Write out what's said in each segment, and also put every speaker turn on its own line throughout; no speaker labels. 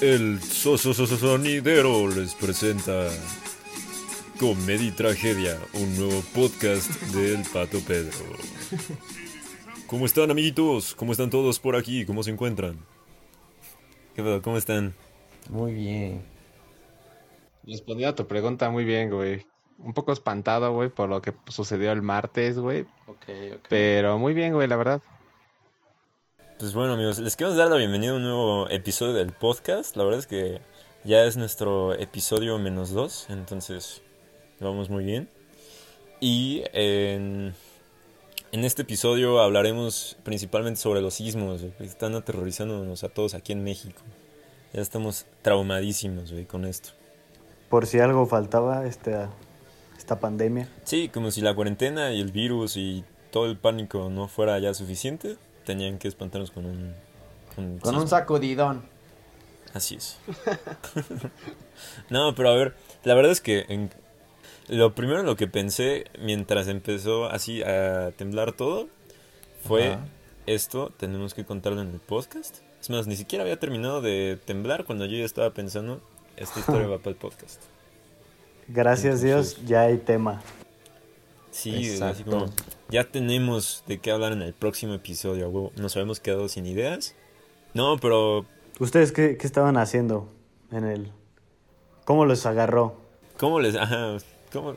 El so- so- so- so- sonidero les presenta Comedia y Tragedia, un nuevo podcast del Pato Pedro. ¿Cómo están amiguitos? ¿Cómo están todos por aquí? ¿Cómo se encuentran? ¿Qué pedo? ¿Cómo están?
Muy bien.
Respondiendo a tu pregunta muy bien, güey. Un poco espantado, güey, por lo que sucedió el martes, güey.
Ok, ok.
Pero muy bien, güey, la verdad.
Pues bueno amigos, les queremos dar la bienvenida a un nuevo episodio del podcast. La verdad es que ya es nuestro episodio menos dos, entonces vamos muy bien. Y en, en este episodio hablaremos principalmente sobre los sismos güey, que están aterrorizándonos a todos aquí en México. Ya estamos traumadísimos güey, con esto.
Por si algo faltaba
este,
esta, esta pandemia.
Sí, como si la cuarentena y el virus y todo el pánico no fuera ya suficiente, tenían que espantarnos con un... Con,
Con
sismo.
un sacudidón.
Así es. no, pero a ver, la verdad es que en- lo primero en lo que pensé mientras empezó así a temblar todo fue
Ajá.
esto tenemos que contarlo en el podcast. Es más, ni siquiera había terminado de temblar cuando yo ya estaba pensando esta historia va para el podcast.
Gracias
Entonces-
Dios, ya hay tema.
Sí, es así
Exacto.
como ya tenemos de qué hablar en el próximo episodio. a huevo. Nos habíamos quedado sin ideas. No, pero
¿Ustedes qué, qué estaban haciendo en el... ¿Cómo los agarró?
¿cómo les ajá, cómo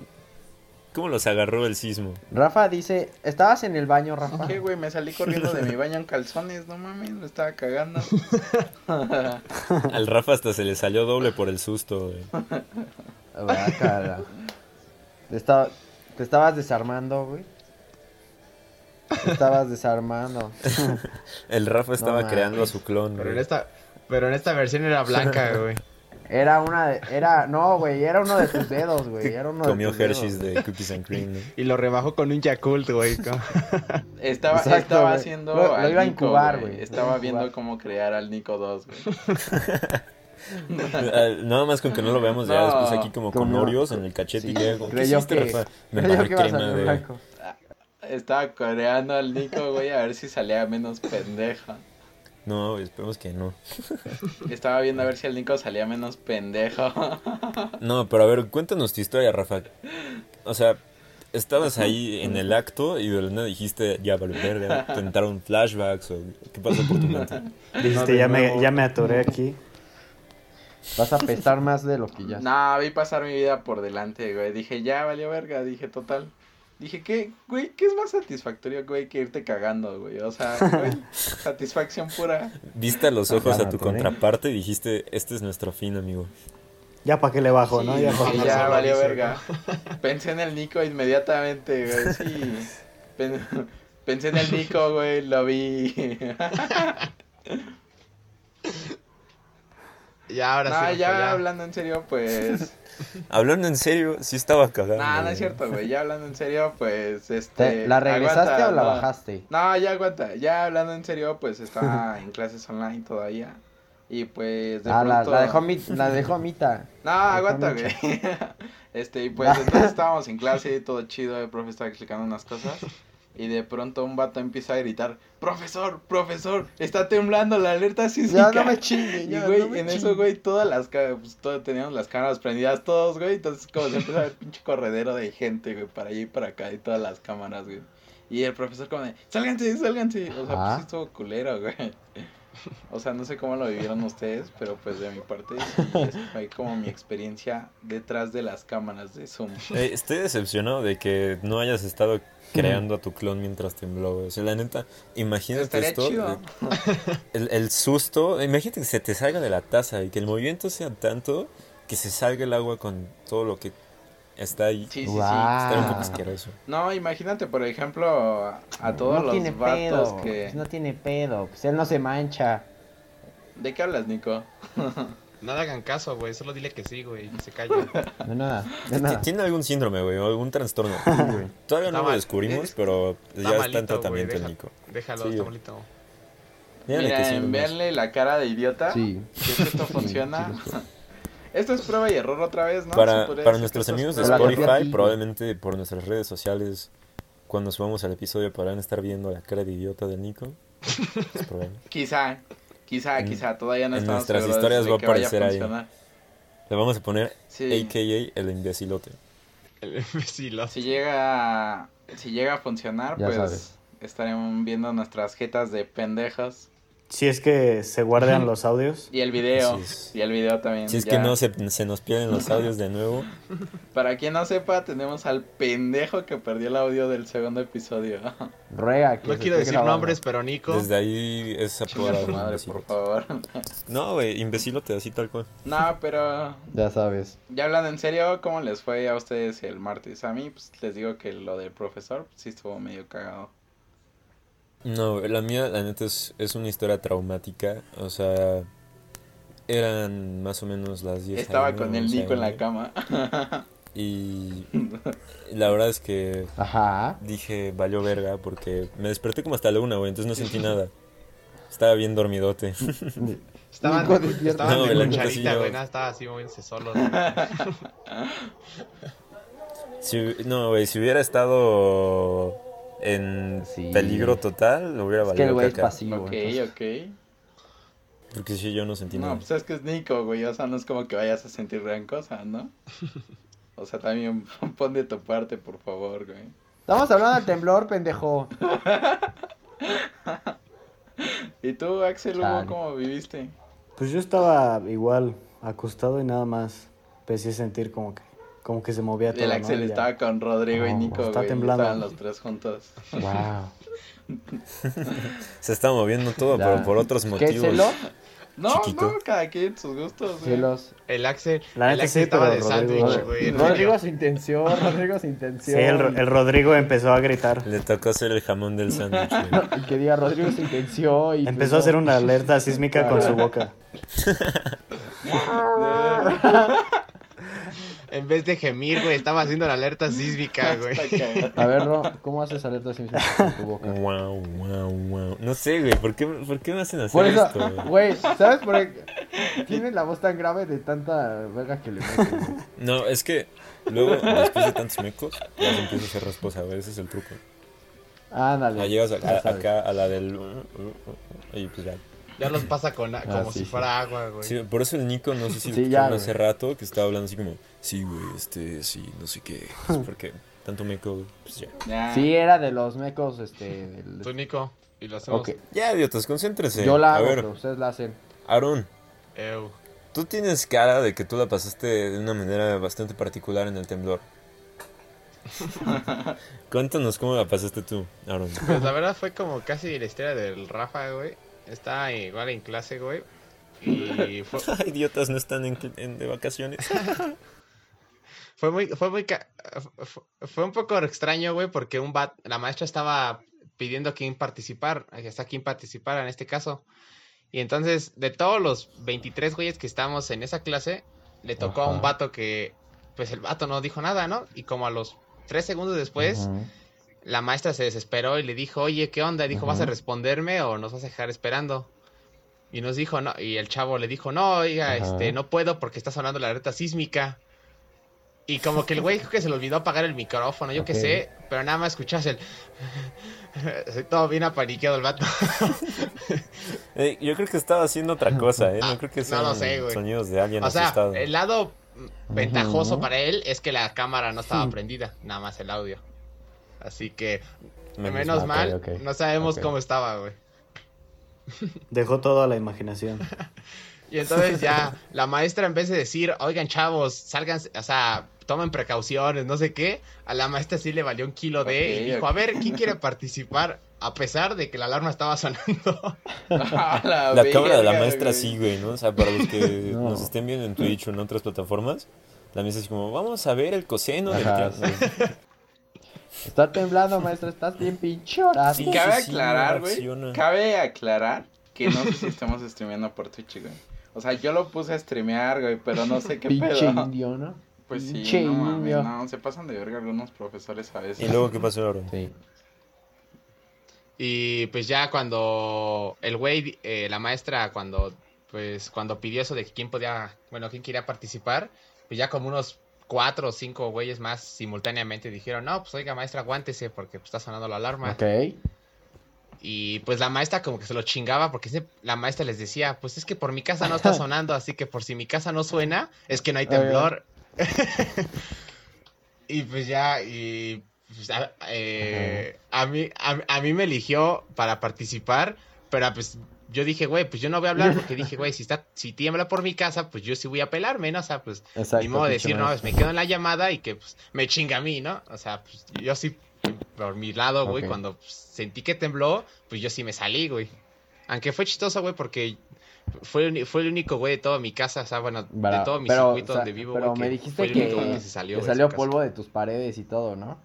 cómo los agarró el sismo?
Rafa dice, estabas en el baño, Rafa.
¿Qué, güey? Me salí corriendo de mi baño en calzones, no mames, me estaba cagando.
Al Rafa hasta se le salió doble por el susto. güey.
Guácala. Ah, Te, estaba- te estabas desarmando, güey. Te estabas desarmando.
El Rafa estaba
mames.
creando a su clon.
Pero
güey.
en esta, pero en esta versión era blanca, güey.
Era una, de- era, no, güey, era uno de tus dedos, güey. Era uno de
Comió
tus dedos.
Hershey's de Cookies and Cream. ¿no?
Y lo rebajó con un Yakult, güey. co-
Estaba,
Exacto,
estaba
güey.
haciendo.
Lo- lo
al
iba a
Nico,
incubar, güey. Lo iba
Estaba
a
viendo
incubar.
cómo crear al Nico 2, güey.
Ah, Nada más con que no lo veamos ya
No.
después aquí como con
Comió-
Oreos en el cachete y
Sí,
ya como, ¿qué
creyó
hiciste,
que-
Rafa? Me
Creo
embarré
que iba a
crema
salir
de-
blanco.
Estaba coreando al Nico, güey, a ver si salía menos pendejo.
No, güey, esperemos que no.
Estaba viendo a ver si el Nico salía menos pendejo.
No, pero a ver, cuéntanos tu historia, Rafa. O sea, estabas ahí en el acto y de la nada dijiste, ya vale, verga, te entraron flashbacks o qué pasó por tu mente.
Dijiste,
de
ya, me,
nuevo.
ya me atoré aquí.
Vas a pesar más de lo que ya.
No, vi pasar mi vida por delante, güey. Dije, ya valió verga, dije, total. Dije, ¿qué, güey, qué es más satisfactorio, güey, que irte cagando, güey? O sea, güey, satisfacción pura.
Viste a los ojos a tu
Agárrate.
contraparte y dijiste, este es nuestro fin, amigo.
Ya para qué le bajo,
Sí,
¿no? Ya
sí,
pa' qué
ya
le bajo.
valió
dice,
verga. Pensé en el Nico inmediatamente, güey, sí. Pen- pensé en el Nico, güey, lo vi.
Ya ahora
no,
sí.
ya
güey,
hablando en serio, pues...
Hablando en serio, sí estaba cagando.
No, no
güey.
es cierto, güey, ya hablando en serio, pues,
¿Te-
este...
¿La regresaste
aguanta,
o la
no.
bajaste?
No, ya aguanta. Ya hablando en serio, pues estaba en clases online todavía. Y pues de
ah, la,
pronto-
la dejó mi, la dejó Mita.
No, aguanta,
mucho.
güey. este, y pues entonces estábamos en clase y todo chido, el profe estaba explicando unas cosas. Y de pronto un vato empieza a gritar, profesor, profesor, está temblando la alerta sísmica.
Ya no me chingue,
Y
ya
güey,
no me
en
chingue.
eso, güey, todas las cámaras, pues todo- teníamos las cámaras prendidas todos, güey. Entonces, como se empezó a ver pinche corredero de gente, güey, para allá y para acá, y todas las cámaras, güey. Y el profesor como de, sálganse, sálganse. O sea,
Ah.
pues sí estuvo culero, güey. O sea, no sé cómo lo vivieron ustedes, pero pues de mi parte sí, esa fue como mi experiencia detrás de las cámaras de Zoom.
Eh, estoy decepcionado de que no hayas estado creando a tu clon mientras tembló, güey. O sea, la neta, imagínate
Estaría
esto. Eh,
chido.
de- El, el susto, imagínate que se te salga de la taza y que el movimiento sea tanto que se salga el agua con todo lo que está ahí.
Sí, sí, sí.
Guau.
Estaría un poco
Ah.
asqueroso.
No, imagínate, por ejemplo, a, a todos
no tiene
los vatos
pedo,
que...
pues no tiene pedo, pues él no se mancha.
¿De qué hablas, Nico?
No le hagan caso, güey. Solo dile que sí, güey. y Se calla.
De nada, de
Ti-
nada.
Tiene algún síndrome, güey, o algún trastorno. Todavía
Está
no lo
mal.
descubrimos,
Es-
pero ya
Está
está en
malito, güey.
tratamiento el
deja-
Nico.
Déjalo,
Sí,
está
güey.
malito.
Díganle que
Mira,
sí, nomás.
en verle la cara de idiota,
Sí.
si es que esto funciona. esto es prueba y error otra vez, ¿no? Se
para,
podría
para
decir
nuestros
que esto
amigos
es
de
prueba y error.
Spotify,
platillo.
probablemente por nuestras redes sociales, cuando subamos al episodio podrán estar viendo la cara de idiota de Nico. Es probable.
Quizá. Quizá, quizá, todavía no
En
estamos
nuestras
seguros
historias
de
va a
que vaya
aparecer ahí.
funcionar.
Le vamos a poner
Sí.
AKA el imbecilote.
El imbécil.
Si llega a, si llega a funcionar,
Ya
pues
sabes.
estaremos viendo nuestras jetas de pendejos
Si es que se guardan los audios.
y el video
Así es.
y el video también.
Si es que
Em, ya.
no se, se nos pierden los audios de nuevo.
Para quien no sepa, tenemos al pendejo que perdió el audio del segundo episodio.
Ruega que
No
se
quiero
esté
decir
grabando.
nombres, pero Nico.
Desde ahí es
Chinga
apodado
tu
el
madre, por
imbecilote.
favor.
No, güey, imbecilote, así tal cual.
No, pero
Ya sabes.
ya hablando en serio, ¿cómo les fue a ustedes el martes? A mí pues, les digo que lo del profesor pues, sí estuvo medio cagado.
No, la mía, la neta, es, es una historia traumática. O sea, eran más o menos las 10
Estaba
AM,
con el
11
Nico en la
AM,
cama.
Y la verdad es que
Ajá.
dije, valió verga, porque me desperté como hasta la una, güey, entonces no sentí nada. Estaba bien dormidote.
Estaban,
Nico despierta.
estaban
No,
de
la neta sí,
cucharita,
yo-
güey. Nada, estaba así moviéndose solo. güey.
Si, no, güey, si hubiera estado en
Sí.
peligro total, lo hubiera
Es que el
valido
güey es
caca.
pasivo.
ok,
entonces-
ok.
Porque si yo no sentí
No,
nada.
pues es que es Nico, güey. O sea, no es como que vayas a sentir gran cosa, ¿no? O sea, también pon de tu parte, por favor, güey.
Estamos hablando del temblor, pendejo.
¿Y tú, Axel, Hugo,
Chale.
cómo viviste?
Pues yo estaba igual, acostado y nada más. Empecé a sentir como que, como que se movía todo.
El
¿no?
Axel
Y ya.
estaba con Rodrigo y
No,
Nico,
está
güey. y
temblando.
Estaban los tres juntos.
Wow.
Se está moviendo todo,
Ya.
pero por otros
¿Qué
motivos.
celos?
No,
Chiquito.
no, cada quien sus gustos, güey.
Celos.
El Axel,
La
el
neta
Axel
sí,
estaba
pero
de
Rodrigo-
sándwich, güey. en serio.
Rodrigo se intenció, Rodrigo se
Sí,
intenció.
el, Ro- el Rodrigo empezó a gritar.
Le tocó hacer el jamón del sándwich, güey.
Y que diga Rodrigo se intenció y.
Empezó a hacer una alerta sísmica con su boca.
En vez de gemir, güey, estaba haciendo la alerta sísmica, güey.
Está cagado.
A ver, Ro, ¿cómo haces alerta sísmica con tu boca?
Wow, wow, wow. No sé, güey, ¿por qué, ¿por qué me hacen hacer
Por eso,
esto? güey?
güey, ¿sabes por qué? Tiene la voz tan grave de tanta verga que le meten. güey.
No, es que luego, después de tantos mecos, ya se empieza a ser rasposa, güey. Ese es el truco.
Ándale.
Ya llegas acá,
Ya sabes.
acá a la del. uh, Y pues ya.
Ya nos pasa con a- como
Ah, sí,
si
sí.
fuera agua, güey.
Sí, por eso el Nico, no sé si
Sí,
lo
ya,
escucharon hace
güey.
rato, que estaba hablando así como, sí, güey, este, sí, no sé qué. Es porque tanto meco, güey, pues ya.
Ya.
Sí, era de los mecos, este. del-
Tú, Nico, y lo hacemos.
Ok,
Ya, idiotas, concéntrese.
yo la
A
hago,
ver,
pero ustedes la hacen.
Aarón,
Eu.
tú tienes cara de que tú la pasaste de una manera bastante particular en el temblor. Cuéntanos cómo la pasaste tú, Aarón.
Pues la verdad fue como casi la historia del Rafa, güey. Estaba igual en clase, güey. Y fue,
Idiotas, no están en, en- de vacaciones.
fue muy, fue muy, ca- fue, fue un poco extraño, güey, porque un bat, la maestra estaba pidiendo a quién participar, hasta quién participara en este caso. Y entonces, de todos los 23 güeyes que estamos en esa clase, le tocó a un
Ajá.
vato que, pues el vato no dijo nada, ¿no? Y como a los tres segundos después,
Ujú.
la maestra se desesperó y le dijo, oye, ¿qué onda? Dijo, ¿vas a
Ujú.
responderme o nos vas a dejar esperando? Y nos dijo, no, y el chavo le dijo, no, oiga,
Ajá.
este, no puedo porque está sonando la alerta sísmica. Y como que el güey dijo que se le olvidó apagar el micrófono, yo
Ok.
qué sé, pero nada más escuchas el... Todo bien apaniqueado el vato.
Eh, yo creo que estaba haciendo otra cosa, ¿eh? No creo que
No
sean
lo sé, güey.
sonidos de alguien
O sea,
asustado.
el lado ventajoso
Ujú.
para él es que la cámara no estaba prendida, nada más el audio. Así que, menos, mal,
ok, ok,
no sabemos
ok.
cómo estaba, güey.
Dejó todo a la imaginación.
Y entonces ya la maestra en vez de decir, oigan chavos, salgan, o sea, tomen precauciones, no sé qué, a la maestra sí le valió un kilo de... y
Ok,
dijo,
ok.
a ver, ¿quién quiere participar? A pesar de que la alarma estaba sonando.
A la
La cámara de la
verga,
maestra
güey.
sí, güey, ¿no? O sea, para los que
No.
nos estén viendo en Twitch o en otras plataformas, la mesa es como, vamos a ver el coseno del
Ajá,
triángulo".
Está temblando, maestra, estás bien pinche orado.
Sí,
Y cabe
sí, sí, no
aclarar, güey.
reacciona.
Cabe aclarar que no sé si estamos streameando por Twitch, güey. O sea, yo lo puse a streamear, güey, pero no sé qué
pinche
pedo.
indio, ¿no?
Pues sí,
pinche
no mames,
indio.
no, se pasan de verga algunos profesores a
¿Y
veces.
luego qué pasó ahora?
Sí.
Y pues ya cuando el güey, eh, la maestra, cuando, pues, cuando pidió eso de que quién podía, bueno, quién quería participar, pues ya como unos cuatro o cinco güeyes más simultáneamente dijeron, no, pues oiga maestra, aguántese porque pues, está sonando la alarma.
Ok.
Y pues la maestra como que se lo chingaba porque siempre- la maestra les decía, pues es que por mi casa no está sonando, así que por si mi casa no suena, es que no hay
Ay, ay.
temblor. y pues ya, y pues, a, eh, a mí, a, a mí me eligió para participar, pero pues yo dije, güey, pues yo no voy a hablar porque dije, güey, si, está, si tiembla por mi casa, pues yo sí voy a pelarme, ¿no? O sea, pues
Exacto.
ni modo de
pinche
decir, no,
madre.
pues me quedo en la llamada y que pues, me chinga a mí, ¿no? O sea, pues, yo sí, por mi lado, güey,
Ok.
cuando pues, sentí que tembló, pues yo sí me salí, güey. Aunque fue chistoso, güey, porque fue, uni- fue el único, güey, de toda mi casa, o sea, bueno,
Pero-
de todo mi
pero,
circuito
o sea,
donde vivo,
Pero
güey,
me
que fue
dijiste
el
que,
único, güey, que se salió,
que
güey, de su
salió
casa.
polvo de tus paredes y todo, ¿no?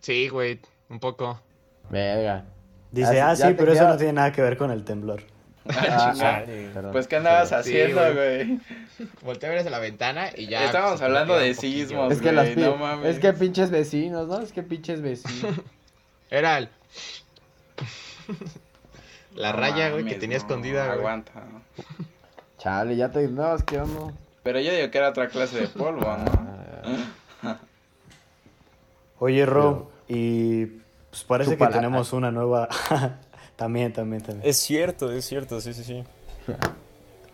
Sí, güey, un poco.
Verga.
Dice,
Ah,
ah,
sí, ya
sí,
te
pero eso
queda-
no tiene nada que ver con el temblor.
Ah,
chingada.
perdón.
Pues, ¿qué andabas
Perdón.
haciendo,
Sí,
güey?
Volté a ver hacia la ventana y ya.
Estábamos
pues,
hablando
era un
de
poquillo.
sismos.
Es que las
Güey,
pi-
no mames.
Es que pinches vecinos, ¿no? Es que pinches vecinos.
Era el- La
No
raya, güey, que
mames,
tenía
no,
escondida, güey.
Aguanta.
Chale, ya te no, es que yo no.
Pero yo digo que era otra clase de polvo, ¿no?
Oye, Ro, y pues parece que
Chúpala.
tenemos una nueva... también, también, también.
Es cierto, es cierto, sí, sí, sí.
Eh.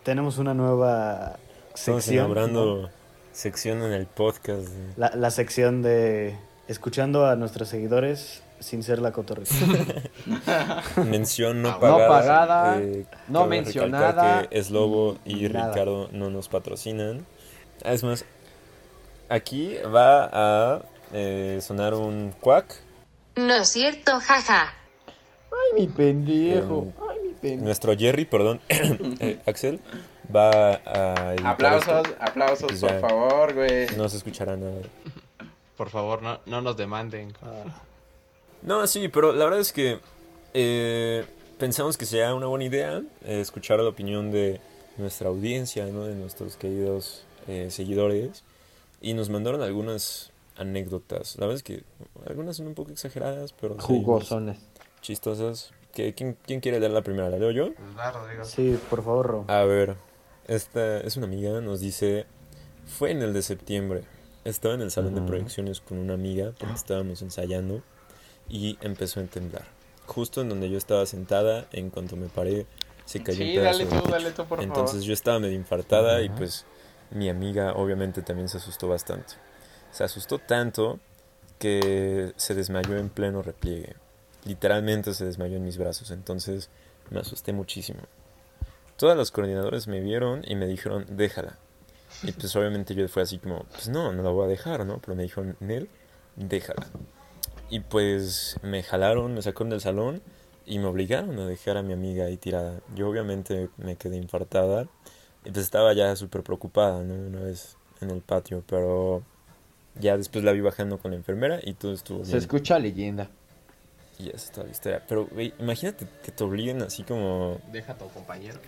Tenemos una nueva
Estamos
sección.
inaugurando sección en el podcast. de-
La, la sección de escuchando a nuestros seguidores sin ser la cotorriza.
Mención no
No
pagada.
Ah,
eh,
pagada, no
cabe recalcar
mencionada, mm,
Que Slobo y
nada.
Ricardo no nos patrocinan. Ah, Es más, aquí va a eh, sonar un cuac.
No es cierto, jaja.
Ay, mi pendejo.
Eh,
Ay, mi pendejo.
Nuestro Jerry, perdón, eh, Axel, va a... editar
Aplausos,
esto.
aplausos,
Pues
por
ya.
favor, güey.
No se escuchará nada.
Por favor, no, no nos demanden.
Ah.
No, sí, pero la verdad es que eh, pensamos que sea una buena idea eh, escuchar la opinión de nuestra audiencia, ¿no? de nuestros queridos eh, seguidores. Y nos mandaron algunas anécdotas. La verdad es que algunas son un poco exageradas, pero sí,
Jugosones.
unas chistosas. ¿Qué- quién, quién quiere leer la primera? ¿La leo yo?
Sí, por favor, Ro.
A ver, esta es una amiga, nos dice, fue en el de septiembre. Estaba en el salón de proyecciones con una amiga porque estábamos ensayando y empezó a temblar. Justo en donde yo estaba sentada, en cuanto me paré, se cayó un
Sí,
pedazo
dale
del
tú,
techo.
dale tú, por favor.
Entonces yo estaba medio infartada y pues mi amiga obviamente también se asustó bastante. Se asustó tanto que se desmayó en pleno repliegue. Literalmente se desmayó en mis brazos, entonces me asusté muchísimo. Todas los coordinadores me vieron y me dijeron, déjala. Y pues obviamente yo fue así como, pues no, no la voy a dejar, ¿no? Pero me dijeron, Nel, déjala. Y pues me jalaron, me sacaron del salón y me obligaron a dejar a mi amiga ahí tirada. Yo obviamente me quedé infartada y pues estaba ya súper preocupada, ¿no? Una vez en el patio, pero ya después la vi bajando con la enfermera y todo estuvo
Se
bien.
escucha leyenda.
Y ya está la historia. Pero, güey, imagínate que te obliguen así como
Deja a tu compañero.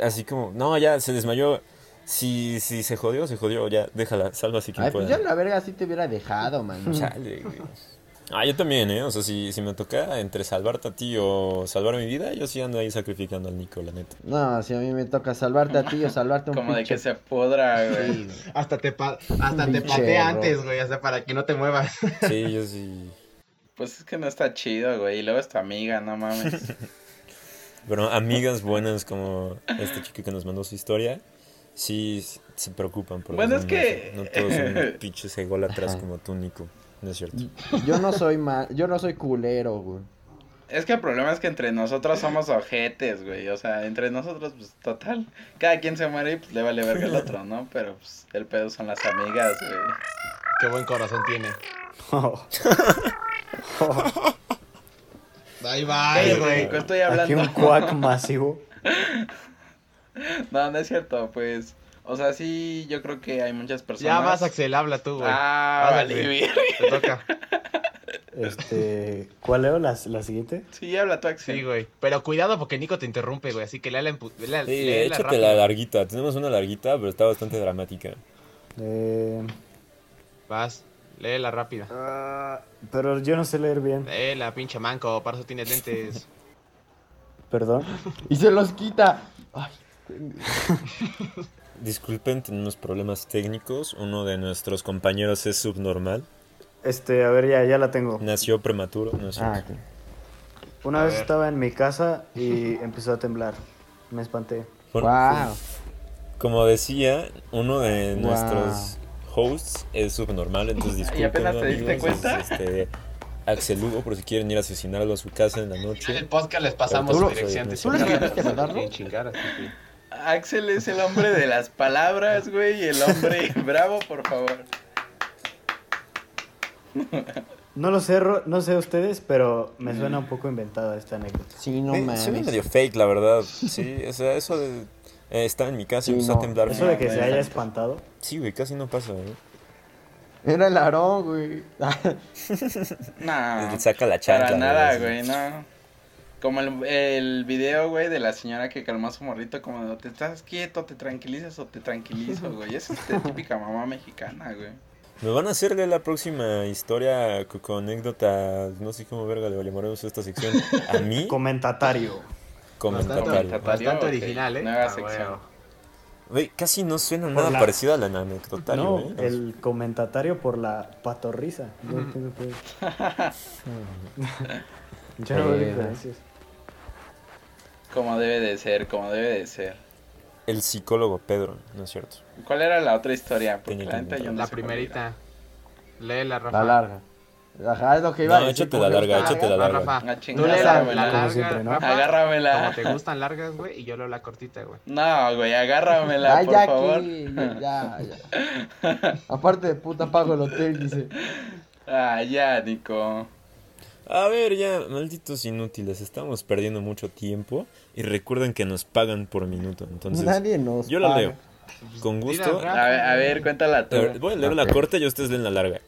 así como, no, ya se desmayó. Si, si se jodió, se jodió, ya, déjala, salva si quien
Ay, pues yo
pueda.
en la verga sí te hubiera dejado, man.
Chale, güey. Ah, yo también, ¿eh? O sea, si, si me toca entre salvarte a ti o salvar mi vida, yo sí ando ahí sacrificando al Nico, la neta.
No, si a mí me toca salvarte a ti o salvarte a un
Como de
pinche.
que se pudra, güey.
Sí, güey.
Hasta te, pa- hasta te
Pinche
patea
error.
antes, güey, hasta para que no te muevas.
Sí, yo sí.
Pues es que no está chido, güey. Y luego es tu amiga, no mames.
Pero amigas buenas como este chico que nos mandó su historia, sí s- se preocupan por los
Bueno, es
niños,
que-
No todos son pinches ególatras
Ajá.
como tú, Nico. No es cierto.
Yo no soy ma... yo no soy culero, güey.
Es que el problema es que entre nosotros somos ojetes, güey. O sea, entre nosotros, pues total. Cada quien se muere y pues, le vale verga al otro, ¿no? Pero pues el pedo son las amigas, güey.
Qué buen corazón tiene. Bye bye,
Ay,
güey.
güey, estoy
Aquí
hablando.
un cuac masivo.
No, no es cierto, pues. O sea, sí, yo creo que hay muchas personas.
Ya vas, Axel, habla tú, güey.
Ah,
Habla,
vale,
güey.
bien.
Te toca.
Este, ¿Cuál leo? ¿La, la siguiente?
Sí, habla tú, Axel.
Sí, güey. Pero cuidado porque Nico te interrumpe, güey. Así que léela en pu- léela-
Sí,
léela
échate
rápido.
la larguita. Tenemos una larguita, pero está bastante dramática.
Eh,
Vas, léela rápida.
ah, pero yo no sé leer bien.
Léela, pinche manco. Para eso tienes lentes.
Perdón.
Y se los quita. Ay,
Disculpen, tenemos problemas técnicos. Uno de nuestros compañeros es subnormal.
Este, a ver, ya, ya la tengo.
Nació prematuro, no es
ah,
cierto.
ok.
Una
A
vez
ver.
estaba en mi casa y empezó a temblar. Me espanté.
Por-
Wow.
Como decía, uno de
Wow.
nuestros hosts es subnormal, entonces disculpen.
¿Y apenas te diste cuenta?
Este, Axel Hugo, por si quieren ir a asesinarlo a su casa en la
En el
noche.
podcast les pasamos
Tú
su
lo-
dirección de
tú lo
escribiste, ¿verdad, Ro?
Sin chingar, así que-
Axel es el hombre de las palabras, güey, y el hombre bravo, por favor.
No lo sé, Ro- no sé ustedes, pero me suena un poco inventada esta anécdota.
Sí, no
Me- suena medio fake, la verdad. Sí, o sea, eso de. eh, estaba en mi casa y
Sí,
empezó
no.
a temblar.
Eso de que
no,
se haya
no.
espantado.
Sí, güey, casi no pasa, ¿eh? güey.
Era el Aarón, güey.
No,
Saca la chancla.
Ah, para nada,
así.
güey, no. Como el, el video, güey, de la señora que calmó a su morrito, como de, te estás quieto, te tranquilizas o te tranquilizo, güey. Esa es de típica mamá mexicana, güey.
Me van a hacerle la próxima historia co- con anécdota, no sé cómo verga le llamaremos a esta sección. A mí,
Comentatario.
comentario.
Bastante
Ok,
original, ¿eh?
nueva
Ah,
sección.
bueno.
Güey, casi no suena
Por
nada
la-
parecido al anecdotario, ¿eh?
No,
¿eh?
güey.
el comentatario por la patorrisa. No entiendo qué es. Ya no veo
Pena.
diferencias.
Como debe de ser, como debe de ser.
El psicólogo Pedro, ¿no es cierto?
¿Cuál era la otra historia? Porque
Tenía
la neta
que
yo no
La
sé cuál era.
primerita. Lee la Rafa.
La larga. Ajá, es lo que iba a
No,
decir.
échate
como
la
que
larga,
está
échate la
No,
larga.
Rafa.
Ah,
Tú
chingada,
lee la,
güey.
la
Como
larga,
siempre, ¿no?
Rafa.
Agárramela.
Como te gustan largas, güey, y yo leo la cortita, güey.
No, güey, agárramela,
Ay,
por
ya
favor.
aquí, ya, ya. Aparte de puta, pago el hotel, dice.
Ah, ya, Nico.
A ver, ya, malditos inútiles, estamos perdiendo mucho tiempo y recuerden que nos pagan por minuto, entonces
Nadie nos
yo la
paga.
leo. Con gusto.
Dila,
A ver, a ver, cuéntala tú.
A ver, voy a leer la corta y ustedes leen la larga.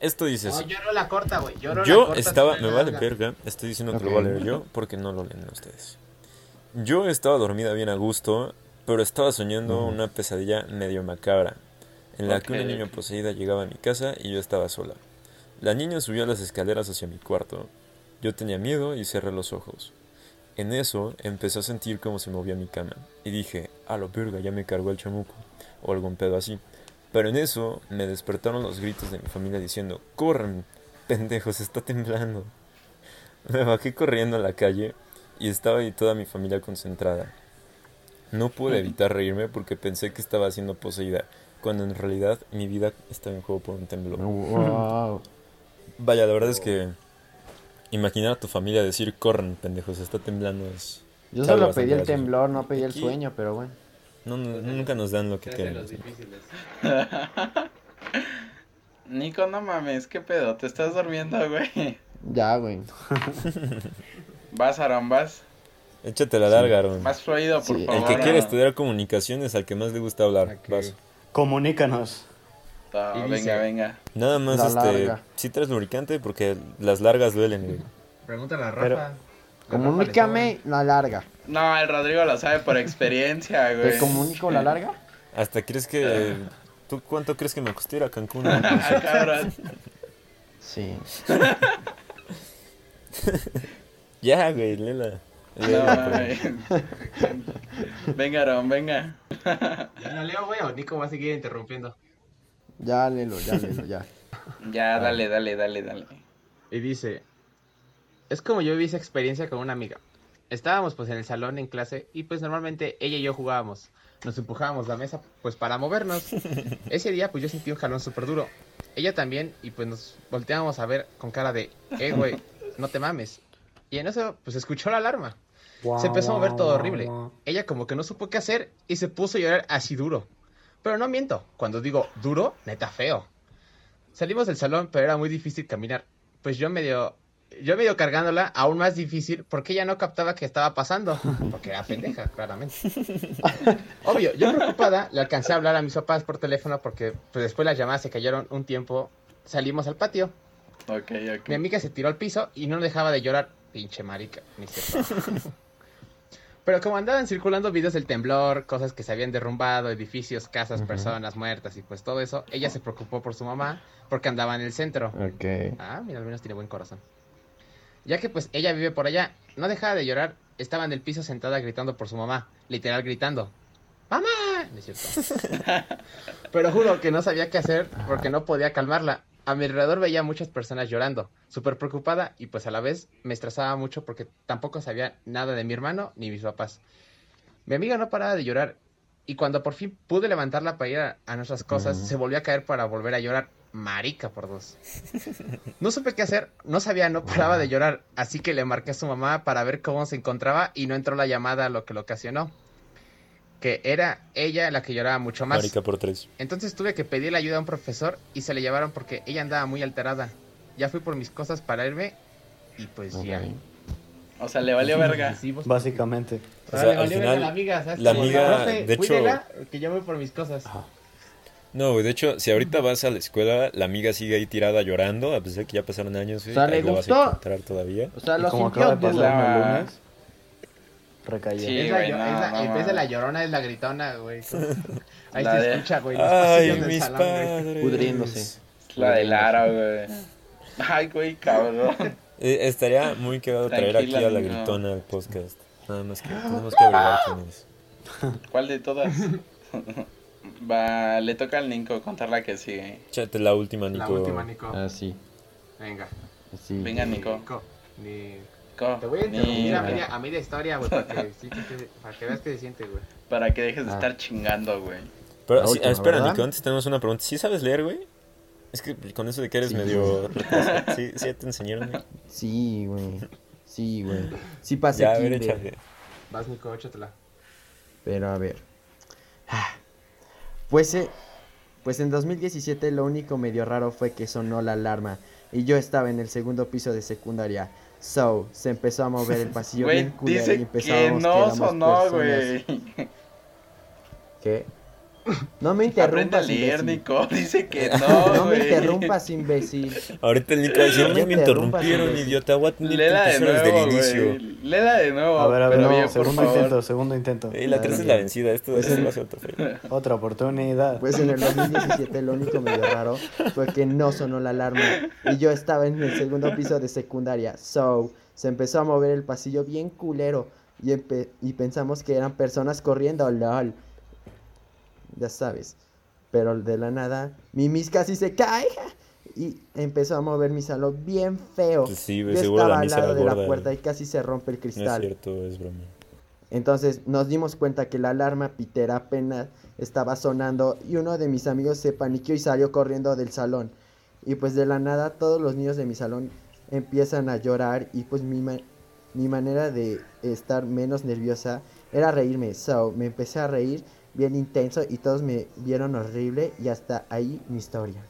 Esto dice
No,
así.
yo leo la corta, güey. Yo, leo la
Yo
corta,
estaba,
tú lee
me
la
vale
larga.
verga, estoy diciendo que lo voy a leer yo porque no lo leen ustedes. Yo estaba dormida bien a gusto, pero estaba soñando una pesadilla medio macabra, en la que una
Ok,
niña
ok.
poseída llegaba a mi casa y yo estaba sola. La niña subió las escaleras hacia mi cuarto. Yo tenía miedo y cerré los ojos. En eso empecé a sentir cómo se movía mi cama y dije, a lo verga, ya me cargó el chamuco o algún pedo así. Pero en eso me despertaron los gritos de mi familia diciendo, corran, pendejos, está temblando. Me bajé corriendo a la calle y estaba ahí toda mi familia concentrada. No pude evitar reírme porque pensé que estaba siendo poseída, cuando en realidad mi vida estaba en juego por un temblor.
Wow.
Vaya, la verdad es que imaginar a tu familia decir, corran, pendejos, está temblando es...
Yo
es
solo
algo
pedí
bastante
el
gracioso.
temblor, no pedí el
Aquí-
sueño, pero bueno.
No, no, nunca nos dan lo que
Se hacen los
queremos.
difíciles.
Nico, no mames, qué pedo, te estás durmiendo, güey.
Ya, güey.
Vas, Aaron, vas.
Échate la larga, Aaron.
Más fluido, por
Sí,
favor. Ah.
El que quiere
Aaron.
estudiar comunicaciones, al que más le gusta hablar. Vas.
Comunícanos.
Ah,
Y
venga,
dice-
venga.
Nada más,
La
este,
larga.
sí traes lubricante porque las largas duelen. güey.
Pregúntale a Rafa.
Pero-
La Rafa le
Comunícame la larga.
No, el Rodrigo lo sabe por experiencia, güey.
¿Te comunico la larga?
Hasta crees que... ¿Tú cuánto crees que me costó ir a Cancún?
Ah, cabrón.
Sí.
ya, güey, lela.
No, eh, mames. venga, Aaron, venga.
sabe. ¿Ya la leo, güey, o Nico va a seguir interrumpiendo?
Ya, lelo, ya, lelo, ya.
Ya, dale, dale, dale, dale.
Y dice, es como yo viví esa experiencia con una amiga. Estábamos pues en el salón en clase y pues normalmente ella y yo jugábamos. Nos empujábamos la mesa pues para movernos. Ese día pues yo sentí un jalón súper duro. Ella también y pues nos volteábamos a ver con cara de, eh güey, no te mames. Y en eso pues escuchó la alarma. Se empezó a mover todo horrible. Ella como que no supo qué hacer y se puso a llorar así duro. Pero no miento, cuando digo duro, neta feo. Salimos del salón, pero era muy difícil caminar. Pues yo medio, yo medio cargándola, aún más difícil, porque ella no captaba qué estaba pasando. Porque era pendeja, claramente. Obvio, yo preocupada le alcancé a hablar a mis papás por teléfono porque pues, después las llamadas se cayeron un tiempo. Salimos al patio.
Ok, ok.
Mi amiga se tiró al piso y no dejaba de llorar. Pinche marica, ni se Pero como andaban circulando videos del temblor, cosas que se habían derrumbado, edificios, casas, personas muertas y pues todo eso, ella se preocupó por su mamá porque andaba en el centro.
Ok.
Ah, mira, al menos tiene buen corazón. Ya que pues ella vive por allá, no dejaba de llorar, estaba en el piso sentada gritando por su mamá, literal gritando. ¡Mamá! No es cierto. Pero juro que no sabía qué hacer porque no podía calmarla. A mi alrededor veía muchas personas llorando. súper preocupada y pues a la vez me estresaba mucho porque tampoco sabía nada de mi hermano ni mis papás. Mi amiga no paraba de llorar y cuando por fin pude levantarla para ir a, a nuestras cosas,
Ujú.
se volvió a caer para volver a llorar. Marica por dos. No supe qué hacer, no sabía, no paraba de llorar, así que le marqué a su mamá para ver cómo se encontraba y no entró la llamada, lo que lo ocasionó. Que era ella la que lloraba mucho más.
Marica por tres.
Entonces tuve que pedirle ayuda a un profesor y se le llevaron porque ella andaba muy alterada. Ya fui por mis cosas para irme y pues ya.
Ok.
O sea, le valió verga.
Hicimos-
Básicamente.
O
O
sea,
sea,
le
al
valió verga a
final,
la amiga, ¿sabes?
la
Como,
amiga,
"Profe,
de hecho-
cuídela, que yo voy por mis cosas.
No, güey, de hecho, si ahorita vas a la escuela, la amiga sigue ahí tirada llorando, a pesar de que ya pasaron años, güey,
O sea, le
ahí lo vas
gustó.
a encontrar todavía.
O sea,
Y
lo
como
sintió,
acaba de
dude.
pasar el
la-
lunes, recayó.
Sí,
es la,
güey,
llo-
no,
es la-
no,
en
no,
vez de la
no.
llorona es la gritona, güey. Ahí
La
se
de-
escucha, güey. los
Ay,
pasillos del
mis
salón, güey.
padres.
Pudriéndose.
La de Lara, güey. Ay, güey, cabrón.
Eh, estaría muy quedado traer aquí
Tranquila,
a la
niña.
gritona al podcast. Nada más que tenemos que averiguar quién es.
¿Cuál de todas? Va, le toca al Ninco contar la que sigue.
Échate la última, Nico.
La última,
Ah,
Nico.
Así,
Venga.
así.
Ah. Venga, Nico.
Ni-
Co,
Te voy a
ni-
interrumpir a media, a media historia, güey, para que, sí, que- para que veas qué se siente, güey.
Para que dejes de
Ah.
estar chingando, güey.
Pero,
La
sí,
última,
espera,
¿verdad?
Nico, antes tenemos una pregunta. ¿Sí sabes leer, güey? Es que con eso de que eres
Sí.
medio... retraso. ¿Sí, sí te enseñaron, güey?
Sí, güey. Sí, güey. Sí pasé
Ya, a ver,
kinder,
échale.
Vas, Nico, échatela.
Pero a ver. Ah. Pues, eh, pues en 2017 lo único medio raro fue que sonó la alarma y yo estaba en el segundo piso de secundaria. So, se empezó a mover el pasillo
Güey,
bien culero y
dice que
empezamos
no sonó, güey.
¿Qué? No me
Aprende a
interrumpas,
leer,
imbécil.
Nico. Dice que no,
No me
güey.
interrumpas, imbécil.
Ahorita el Nico va a decir,
No
ya
me
me
interrumpas,
interrumpieron,
imbécil".
idiota. Voy a tener que
Léela de
empezar desde
nuevo,
el
güey.
inicio.
Léela de nuevo.
A ver, a ver,
pero
no,
bien, por
segundo
favor.
intento, segundo intento.
Y la 3 es la vencida. Esto
Pues
esto
en-
va a ser otro fail.
Otra oportunidad.
Pues en el 2017 lo único medio raro fue que no sonó la alarma y yo estaba en el segundo piso de secundaria. So, se empezó a mover el pasillo bien culero y, empe- y pensamos que eran personas corriendo, lol. Ya sabes. Pero de la nada, mi mis casi se cae ja, y empezó a mover mi salón bien feo.
Pues sí,
Yo
güey, seguro
estaba
la
al
misa era
lado de la
gorda, eh.
puerta
güey.
y casi se rompe el
No es
cristal.
cierto, es broma.
Entonces nos dimos cuenta que la alarma pitera apenas estaba sonando y uno de mis amigos se paniqueó y salió corriendo del salón. Y pues de la nada todos los niños de mi salón empiezan a llorar y pues mi, ma- mi manera de estar menos nerviosa era reírme. So, me empecé a reír bien intenso y todos me vieron horrible y hasta ahí mi historia.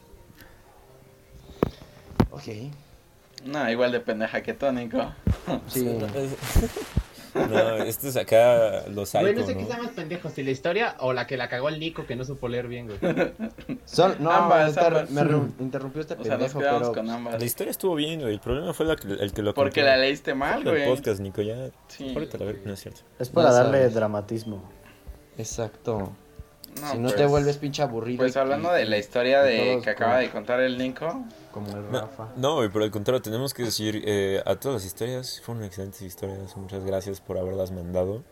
Ok.
No, igual de pendeja que tú, Nico.
Sí.
No, esto es acá los psycho,
Güey, no sé qué
¿no?
está más pendejo, si la historia o la que la cagó el Nico que no supo leer bien, güey.
no,
Ambas,
inter-
ambas.
me re- interrumpió este
O sea, nos
pendejo,
quedamos
pero-
con
La
ambas.
historia estuvo bien, güey. El problema fue la que- el que lo
Porque
contó.
la leíste mal,
Fue el
güey.
podcast, Nico, ya.
Sí.
Párate la verga, no es cierto.
Es para
Ya
darle
sabes.
dramatismo.
Exacto.
No,
si no
pues,
te vuelves pinche aburrido.
Pues
y-
hablando
y-
de la historia
y
de
todos
que acaba
como-
de contar el Nico,
Como el
No,
Rafa.
No, güey, por el contrario, tenemos que decir eh, a todas las historias, fueron excelentes historias, muchas gracias por haberlas mandado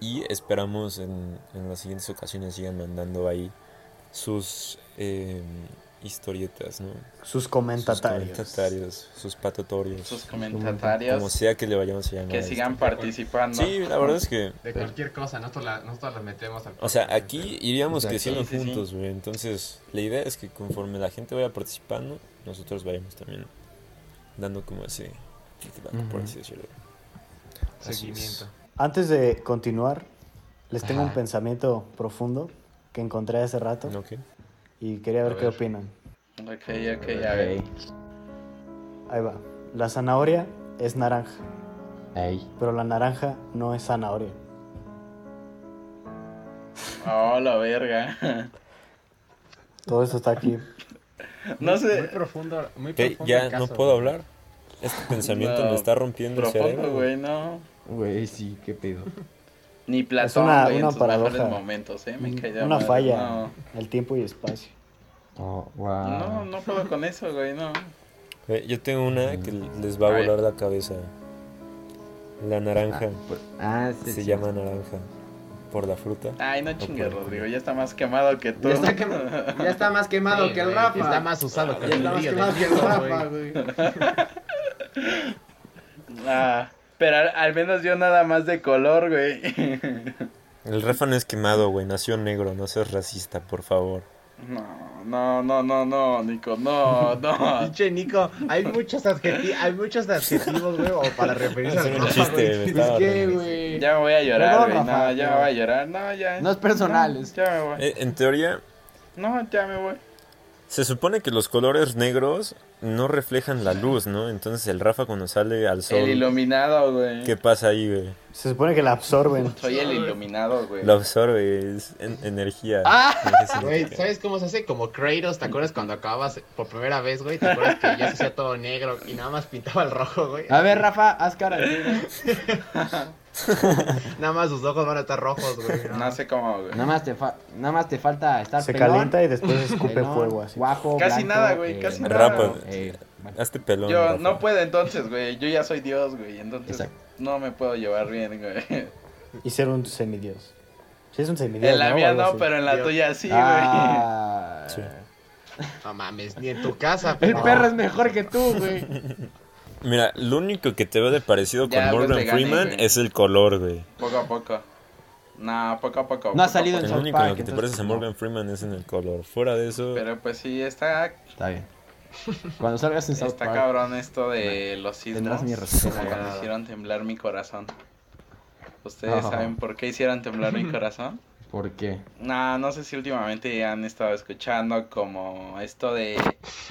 y esperamos en, en las siguientes ocasiones sigan mandando ahí sus eh, historietas, ¿no?
Sus
Sus
comentatarios.
comentatarios, sus patatorios,
sus
como
comentarios,
sea que le vayamos a llamar. a
que
esto.
sigan participando.
Sí, la verdad es que,
De cualquier cosa, nosotros, la, nosotros las metemos al
o sea, aquí iríamos
Exacto.
creciendo
Sí, sí, sí.
juntos, güey, entonces la idea es que conforme la gente vaya participando, nosotros vayamos también dando como ese feedback, por
Ujú.
así decirlo.
seguimiento.
Antes de continuar, les tengo un
Ajá.
pensamiento profundo que encontré hace rato
Ok.
y quería ver,
A
qué
ver.
opinan.
Ok, ok, a ver.
Ahí va. La zanahoria es naranja,
Ey.
pero la naranja no es zanahoria.
Oh, la verga.
Todo eso está aquí.
No
Muy
sé,
profundo, muy
Ve,
profundo.
ya
el caso,
no puedo
güey.
hablar. Este pensamiento
No,
me está rompiendo el
profundo,
cerebro.
güey, no.
Güey, sí, qué pedo.
Ni
Es
Platón,
una-
güey, en
una
sus
paradoja.
mejores momentos, eh. Me cayó
Una
mal.
falla.
No.
El tiempo y espacio.
Oh, wow.
no, no puedo con eso, güey, no.
Güey, Eh, Yo tengo una que les va a
A ver.
volar la cabeza. La naranja.
Ah, sí,
Se
sí.
llama naranja. Por la fruta.
Ay, no chingues, Rodrigo, ya está más quemado que tú.
Ya está, quem- ya está más quemado
Sí,
que el
güey,
Rafa.
Está más usado que
Ya está
el
más
río de
quemado que el
México,
Rafa,
güey.
güey.
Ah, pero al, al menos yo nada más de color, güey.
El Rafa no es quemado, güey. Nació negro, no seas racista, por favor.
No, no, no, no, no, Nico, no, no.
Pinche Nico, hay muchos, adjeti- hay muchos adjetivos, güey, o para referirse
Es
al
un
Rafa,
chiste,
güey.
me
Es
estaba
que,
riendo.
güey.
Ya me voy a llorar,
Perdón,
güey. No,
Rafa,
ya me
pero-
voy a llorar. No, ya.
No es personal, es-
Ya me voy.
Eh, En teoría,
No, ya me voy.
se supone que los colores negros no reflejan la luz, ¿no? Entonces el Rafa cuando sale al
El
sol,
iluminado, güey.
¿qué pasa ahí, güey?
Se supone que la absorben.
Soy el iluminado, güey.
Lo absorbe, es en- energía.
Ah.
Energía
Güey,
cinética.
¿sabes cómo se hace? Como Kratos, ¿te acuerdas cuando acababas por primera vez, güey? ¿Te acuerdas que ya se hacía todo negro y nada más pintaba el rojo, güey?
A ver, Rafa, haz cara. de negro.
Nada más sus ojos van a estar rojos, güey.
No sé cómo, güey.
Nada más te, fa- nada más te falta estar
Se
pelón,
calienta y después escupe
pelón,
fuego así.
guajo,
Casi
blanco,
nada, güey, casi nada.
Rapa.
eh, bueno.
Hazte pelón.
Yo
Rafa.
no puedo entonces, güey. Yo ya soy Dios, güey. Entonces
Exacto.
no me puedo llevar bien, güey.
Y ser un semidios. Sí, es un semidios.
En la
¿no? O
mía
algo
no,
así.
pero en la
Dios.
tuya sí, güey.
Ah,
Sí.
No mames, ni en tu casa,
El
pero-
perro es mejor que tú, güey.
Mira, lo único que te veo de parecido con
Ya, pues,
Morgan
te gané,
Freeman
güey.
es el color, güey.
Poco a poco. No, poco a poco.
No ha
poco a
salido
poco.
El
South
único
Park,
en el que te
entonces,
pareces a
no.
Morgan Freeman es en el color. Fuera de eso,
Pero pues sí, está,
Está bien. Cuando salgas en South
está
Park,
cabrón esto de los sismos.
Tendrás mi respeto.
Cuando hicieron temblar mi corazón. ¿Ustedes
Ajá.
saben por qué hicieron temblar mi corazón?
¿Por qué?
No, no sé si últimamente han estado escuchando como esto de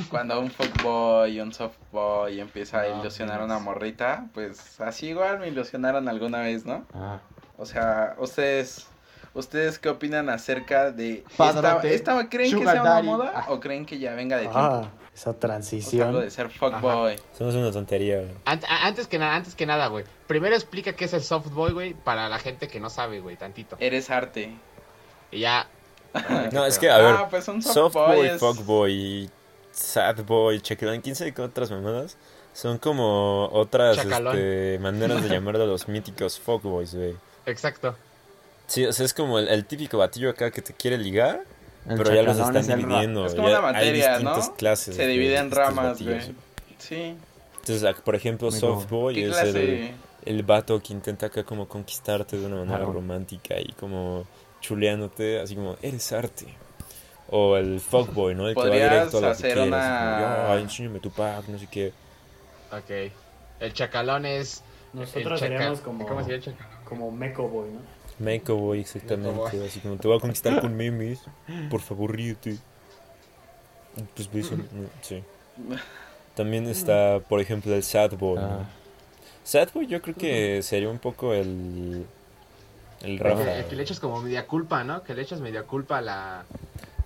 cuando un fuckboy, un softboy empieza a ilusionar a una morrita, pues así igual me ilusionaron alguna vez, ¿no?
Ah.
O sea, ustedes, ¿ustedes qué opinan acerca de esta,
Padrote,
esta- creen que
sugar
sea una
daddy. Ah.
moda o creen que ya venga de tiempo?
Ah, esa
O sea, algo
transición.
de ser fuckboy.
somos una tontería, güey.
Ant- a- antes, que nada, antes que nada, güey. Primero explica qué es el softboy, güey, para la gente que no sabe, güey, tantito.
Eres arte.
Y ya.
No, es que, a ver,
ah, pues un
Softboy,
softboy es...
Fuckboy, Sadboy, Chequelán, quién sabe qué otras mamadas. Son como otras
Chacalón.
este, maneras de llamar a los míticos Fuckboys, güey.
Exacto.
Sí, o sea, es como el, el típico batillo acá que te quiere ligar,
El
pero ya los están
chacalón es el ra-
dividiendo.
Es como
ya
una materia,
hay distintas
¿no?
clases.
Se
güey,
divide en
distintos
ramas,
batillos.
güey. Sí.
Entonces, ah, por ejemplo,
Muy
Softboy
¿Qué
es el,
clase?
el vato que intenta acá como conquistarte de una manera
Ah, bueno.
romántica y como chuleándote, así como, eres arte. O el fuckboy, ¿no? El que va
Podrías
directo a lo que
hacer
quieres.
una-
así como, "Ay, enséñame tu pack, no sé qué.
Ok. El chacalón es.
Nosotros
el chaca-
seríamos como,
¿Cómo sería el chacalón?
como Meco Boy, ¿no?
Meco boy, exactamente.
Meco boy.
Así como, te voy a conquistar con memes. Por favor, ríete. Y Pues beso, ¿no? sí. También está, por ejemplo, el sad boy. ¿no?
Ah.
Sad boy yo creo que sería un poco el... El Rafa.
El, el que le echas como media culpa, ¿no? Que le echas media culpa a la,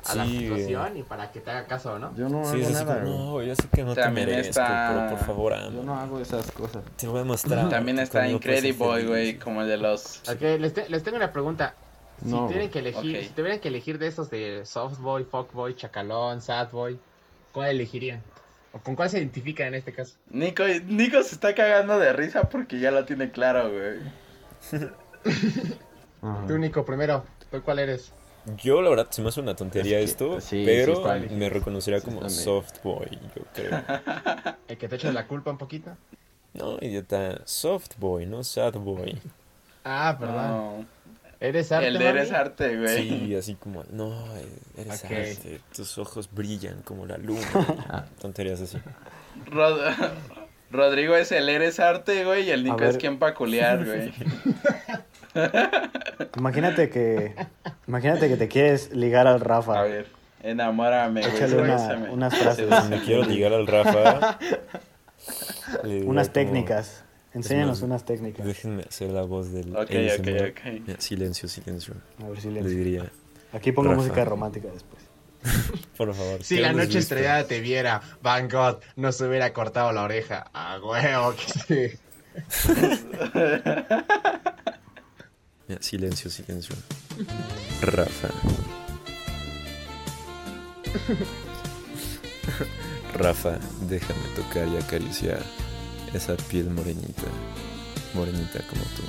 a la
Sí, güey.
situación y para que te haga caso, ¿no?
Yo no
Sí, es
hago
así
nada,
como,
güey.
no, yo sé que no te
También
merezco,
está-
pero por favor,
Yo
ama.
no hago esas cosas.
Te voy a mostrar. pues,
También
que
está
conmigo puedes ser
Incrediboy,
feliz.
güey, como el de los...
Ok, les, te- les tengo una pregunta. Si
No,
tienen
güey.
que elegir,
Ok.
si tuvieran que elegir de estos de softboy, fuckboy, chacalón, sadboy, ¿cuál elegirían? ¿O con cuál se identifican en este caso?
Nico, Nico se está cagando de risa porque ya lo tiene claro, güey.
Ajá.
Tú, Nico, primero, ¿tú cuál eres?
Yo, la verdad, se me hace una tontería
Es que-
esto,
sí, sí
pero
está bien.
me reconocería
Sí
como
está bien.
softboy, yo creo.
¿El que te echa la culpa un poquito?
No, idiota, softboy, no sadboy.
Ah, perdón.
No.
¿Eres arte,
El de eres
mami?
arte, güey.
Sí, así como, no, eres
Ok.
arte, tus ojos brillan como la luna.
Ah.
Tonterías así.
Rod- Rodrigo es el eres arte, güey, y el Nico
ver.
es quien peculiar, güey.
Imagínate que, imagínate que te quieres ligar al
A
Rafa.
ver, enamórame, güey.
Échale una-
suéltame.
unas
Si
frases,
me quiero ligar al Rafa, le diría
unas
como,
técnicas. Enséñanos
más-
unas técnicas.
Déjenme hacer la voz del.
Ok,
ASMR.
ok, ok.
Mira, Silencio, silencio.
A ver,
Le
silencio.
diría,
Aquí pongo
Rafa.
música romántica después.
por favor.
Si
¿qué
la
hemos
noche
visto?
estrellada te viera, Van Gogh no se hubiera cortado la oreja. Ah, huevo, que sí.
Mira, silencio, silencio. Rafa. Rafa, déjame tocar y acariciar esa piel morenita, morenita como tú.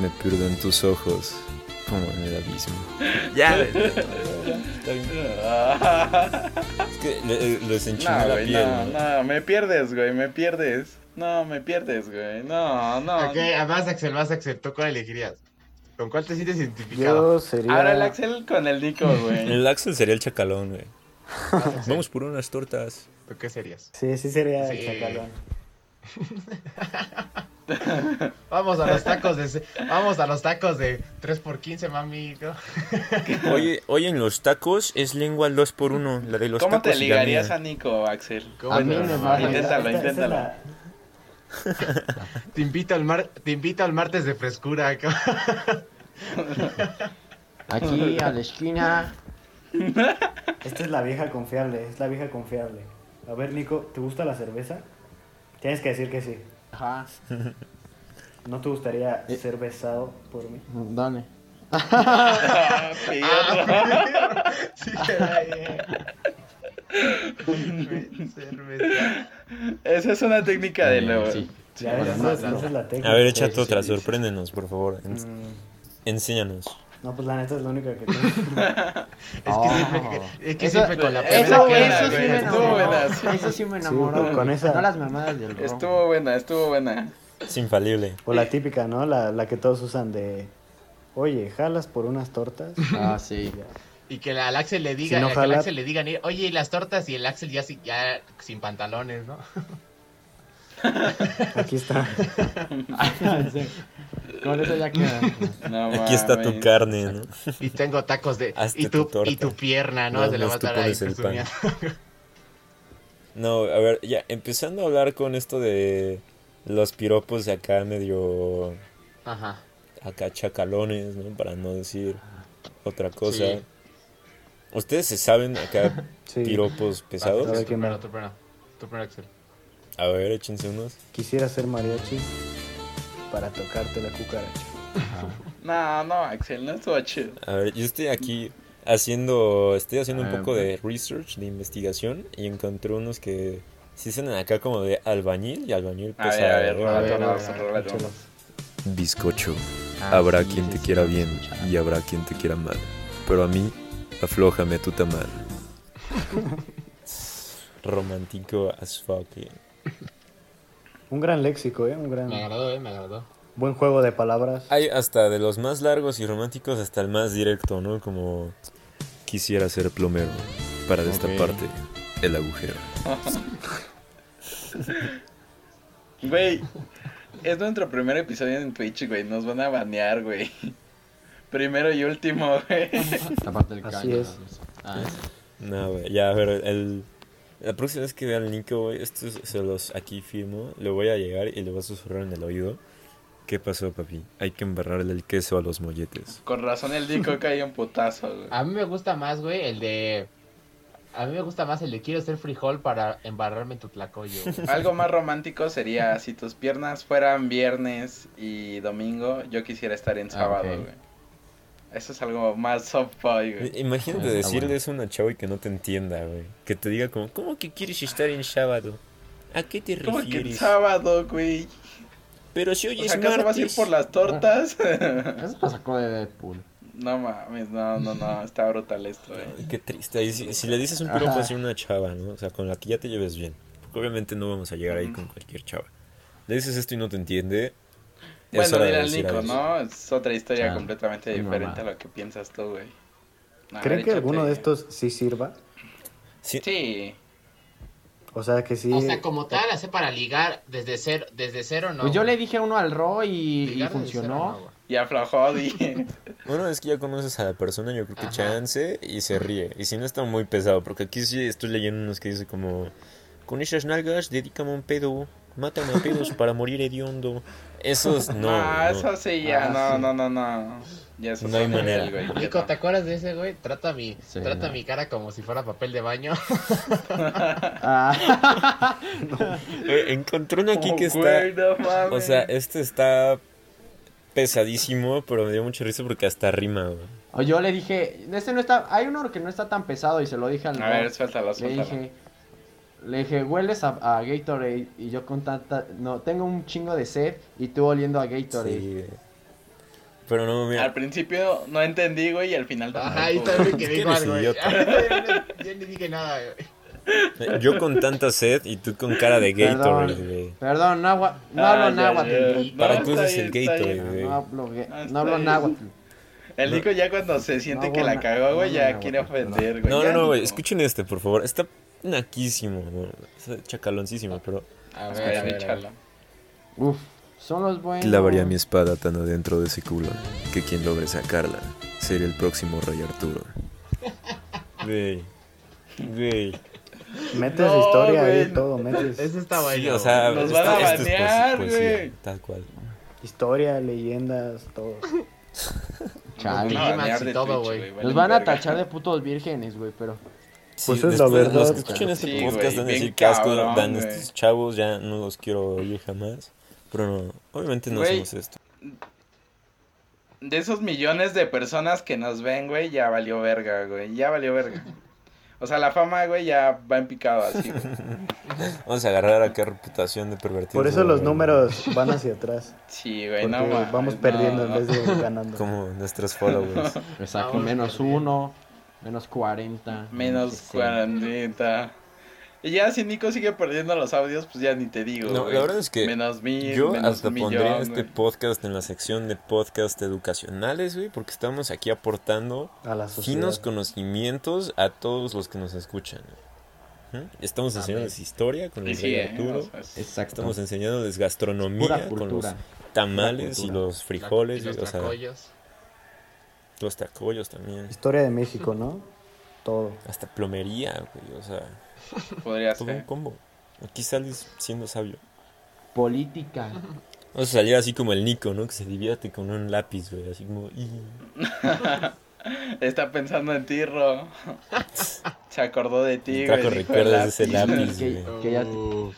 Me pierdo en tus ojos como en el abismo. Ya,
Ah,
es eh, que le- le- les enchina
no,
la
güey,
piel.
no,
¿no?
no, me pierdes, güey, me pierdes. No, me pierdes, güey. No, no.
Ok, además, Axel, más Axel, ¿tú cuál elegirías? ¿Con cuál te sientes identificado?
Yo sería.
Ahora el Axel con el Nico, güey.
El Axel sería el chacalón, güey. Vamos por unas tortas.
¿Tú qué serías?
Sí, sí sería
Sí.
el chacalón.
Vamos a los tacos de se- vamos a los tacos de 3x15, mami. ¿no?
Oye, oye, en los tacos es lengua 2x1, la de los
¿Cómo
tacos.
te
y la
ligarías
mía.
a Nico, Axel?
¿Cómo
A
te
mí
vas?
me
Ah, mira,
Inténtalo,
esta- esta es
inténtalo.
la-
Te invito al mar, te invito al martes de frescura. cabrón.
Aquí, a la esquina.
Esta es la vieja confiable, es la vieja confiable. A ver, Nico, ¿te gusta la cerveza? Tienes que decir que sí.
Ajá.
¿No te gustaría
Eh.
ser besado por mí?
Dale.
Ah, perro.
Sí, caray. Cerveza.
Esa es una técnica
Ah,
de lobo.
Sí.
Ya ves,
bueno,
esa
no,
es-
no.
esa es la técnica.
A ver, échate
sí,
otra,
sí, sí.
sorpréndenos, por favor. En-
Mm,
Enséñanos.
No, pues la neta es la única que tengo.
Es que
Oh.
siempre, es que
Eso-
siempre con la primera
Eso,
que
güey,
era,
eso sí
güey,
me
estuvo
enamoró.
buena, sí.
Eso sí me enamoró.
con
güey.
esa-
No las mamadas del rojo.
Estuvo buena, estuvo buena.
Es infalible.
O la típica, ¿no? La, la que todos usan de. Oye, ¿jalas por unas tortas?
Ah, sí.
Y que la- al Axel le diga,
Si no
que al
jala-
Axel le digan, oye, y las tortas y el Axel ya, sin- ya sin pantalones, ¿no?
Aquí está.
Sí. Con eso ya queda.
No,
Aquí está tu
mames.
carne, ¿no?
Y tengo tacos de
Hazte
y
tu
tu,
torta.
y tu pierna, Ah, ¿no?
Nada
Se la va
más
a
tú
estar ahí
pones el pan.
presumiendo.
No, a ver, ya, empezando a hablar con esto de los piropos de acá medio
Ajá.
acá chacalones, ¿no? Para no decir otra cosa.
Sí.
¿Ustedes se saben acá
Sí.
piropos
A ver
pesados?
qué
Tu
me-
primero, tu primero. Tu primero, Axel.
A ver, échense unos.
Quisiera ser mariachi para tocarte la cucaracha.
No, no, Axel, no estuvo chido.
A ver, yo estoy aquí haciendo, estoy haciendo un
Ah,
poco de research, de investigación, y encontré unos que sí son acá como de albañil y albañil pues,
A ver, a ver,
pesado.
ver, a
relato,
ver,
relato.
Échalos.
Bizcocho.
Ah,
habrá
sí,
quien
sí,
te
sí,
quiera
sí,
bien
escuchaba.
y habrá quien te quiera mal. Pero a mí, aflójame tu tamal. Romántico as fuck. eh.
Un gran léxico, ¿eh? Un gran.
Me agradó, eh, me agradó.
Buen juego de palabras.
Hay hasta de los más largos y románticos hasta el más directo, ¿no? Como quisiera ser plomero para destaparte el agujero.
Güey, es nuestro primer episodio en Twitch, güey. Nos van a banear, güey. Primero y último, güey.
Aparte del
Así
caño,
es.
no sé.
¿Eh?
Ah, es-
No, güey, ya, a ver, el, la próxima vez que vea al Nico, güey, estos se los aquí firmo, le voy a llegar y le voy a susurrar en el oído. ¿Qué pasó, papi? Hay que embarrarle el queso a los molletes.
Con razón el Nico cae un putazo, güey.
A mí me gusta más, güey, el de. A mí me gusta más el de quiero ser frijol para embarrarme en tu tlacoyo. güey.
Algo más romántico sería si tus piernas fueran viernes y domingo, yo quisiera estar en
Ah,
sábado,
ok.
güey. Eso es algo más soft boy, güey.
Imagínate
Ah, está
decirle
bueno.
eso a una chava y que no te entienda, güey. Que te diga como, ¿cómo que quieres estar en sábado? ¿A qué te
¿Cómo que el
refieres?
sábado, güey?
Pero si hoy
O
es
sea, ¿acaso vas a ir
martes.
por las tortas?
Eso lo sacó de Deadpool.
no mames, no, no, no, está eh. brutal esto, güey.
Ay, Qué triste. Y si, si le dices un piropo
Ajá.
así a una chava, ¿no? O sea, con la que ya te lleves bien. Porque obviamente no vamos a llegar ahí
Ujú.
con cualquier chava. Le dices esto y no te entiende. es
Bueno,
hora de
dile al
decir
Nico,
adiós.
¿no? Es otra historia
Ah,
completamente
mi
diferente
mamá.
a lo que piensas tú, güey. A ver,
¿Creen que
échate-
alguno de estos sí sirva?
Sí,
Sí.
O sea, que sí.
O sea, como tal, hacer para ligar desde cero, desde cero no.
Pues yo le
güey.
dije uno al Ro y, y
Ligar desde cero, no,
funcionó.
güey.
Y aflojó, dije.
Bueno, es que ya conoces a la persona, yo creo que
Ajá.
chance y se ríe. Y si no está muy pesado, porque aquí sí estoy leyendo unos que dice como... Con esas nalgas, dedícame un pedo, mátame a pedos para morir hediondo. Esos no,
ah,
no.
eso sí, ya,
Ah,
no,
sí.
no, no, no. Ya eso
No hay
es otro
manera.
nivel, güey, ya
Nico,
no.
¿te acuerdas de ese, güey? Trata mi,
Sí,
trata
no.
mi cara como si fuera papel de baño.
Ah,
Eh, encontré uno aquí
Oh,
que está...
güey, no mames.
O sea, este está pesadísimo, pero me dio mucha risa porque hasta rima, güey.
o yo le dije, este no está, hay uno que no está tan pesado y se lo dije al
A
Ro.
ver, suéltalo,
Le
suéltalo.
dije, le dije, hueles a, a Gatorade y yo con tanta, no, tengo un chingo de sed y tú oliendo a Gatorade.
Sí, güey. Pero no,
Al
mira.
principio no entendí, güey, y al final
Ajá,
tampoco,
ahí
güey.
también que
Es que
digo
eres
algo. güey.
idiota.
Yo no- yo ni dije nada, güey.
Ah,
Eh, Yo con tanta sed y tú con cara de Gatorade,
Perdón.
güey.
Perdón, nahua- no
Ah,
hablo
ya,
náhuatl.
ya.
güey.
Para
No,
tú
está
es el
bien, está
Gatorade,
bien.
güey.
No hablo, gay-
Ah,
no hablo
está bien.
náhuatl.
El Nico ya cuando se siente
No,
que la
no,
cagó, güey,
no,
ya
no,
quiere
no,
ofender, güey.
No,
Ya,
no, no, güey.
Nico.
Escuchen este, por favor. Está naquísimo, güey. Está chacaloncísimo, pero.
A
A
ver,
ver,
a ver, a ver.
échalo.
Uf, son los buenos.
Clavaría mi espada tan adentro de ese culo que quien logre sacarla sería el próximo rey Arturo. Güey. Güey.
Metes
No,
historia ahí
güey,
todo, metes
Ese está bueno.
Sí, o sea,
Nos
esto,
van a
esto es
banear,
poes- poesía,
güey.
tal cual.
historia, leyendas, todo.
Nos
Chale.
van a
Clímax
banear
y
de
todo,
Twitch,
güey.
vale
Nos van a
verga.
tachar de putos vírgenes, güey, pero.
Sí,
Pues es la
después,
verdad.
Los que escuchen este
Sí, güey,
podcast van a
bien
decir casco,
cabrón,
dan
güey.
estos chavos, ya no los quiero oír jamás. Pero no, obviamente no
Güey.
hacemos esto.
De esos millones de personas que nos ven, güey, ya valió verga, güey. Ya valió verga. O sea, la fama, güey, ya va en picado así, güey.
Vamos a agarrar a qué reputación de pervertido.
Por eso los
güey.
números van hacia atrás.
Sí, güey,
Porque
no mames,
vamos
no,
perdiendo
no.
en vez de ganando.
Como nuestros followers.
Exacto,
Vamos
menos
perdiendo.
uno, menos cuarenta.
Menos
cuarenta.
40. Y ya si Nico sigue perdiendo los audios, pues ya ni te digo.
No,
güey.
la verdad es que
Menos mil,
Yo
menos
hasta
un
pondría
millón,
este
güey.
podcast en la sección de podcast educacionales, güey, porque estamos aquí aportando
A la
finos
sociedad.
conocimientos a todos los que nos escuchan. güey. ¿Mm? Estamos enseñándoles historia con
Y
el
sí,
rey
eh,
Arturo.
o sea, es-
Exacto.
Estamos enseñándoles gastronomía
pura
con
cultura.
los tamales y
Pura cultura.
los frijoles,
los
güey, o sea,
tlacoyos.
los tacoyos también.
Historia de México, ¿no? Todo.
Hasta plomería, güey, o sea,
podría
todo un
ser.
combo. Aquí sales siendo sabio.
Política.
Vamos a salir así como el Nico, ¿no? Que se divierte con un lápiz, güey, así como... "Ih".
Está pensando en ti, Ro. Se acordó de ti,
Trajo
güey. dijo el
recuerdos de ese
lápiz.
lápiz,
Que-
güey.
que ya-
Uf.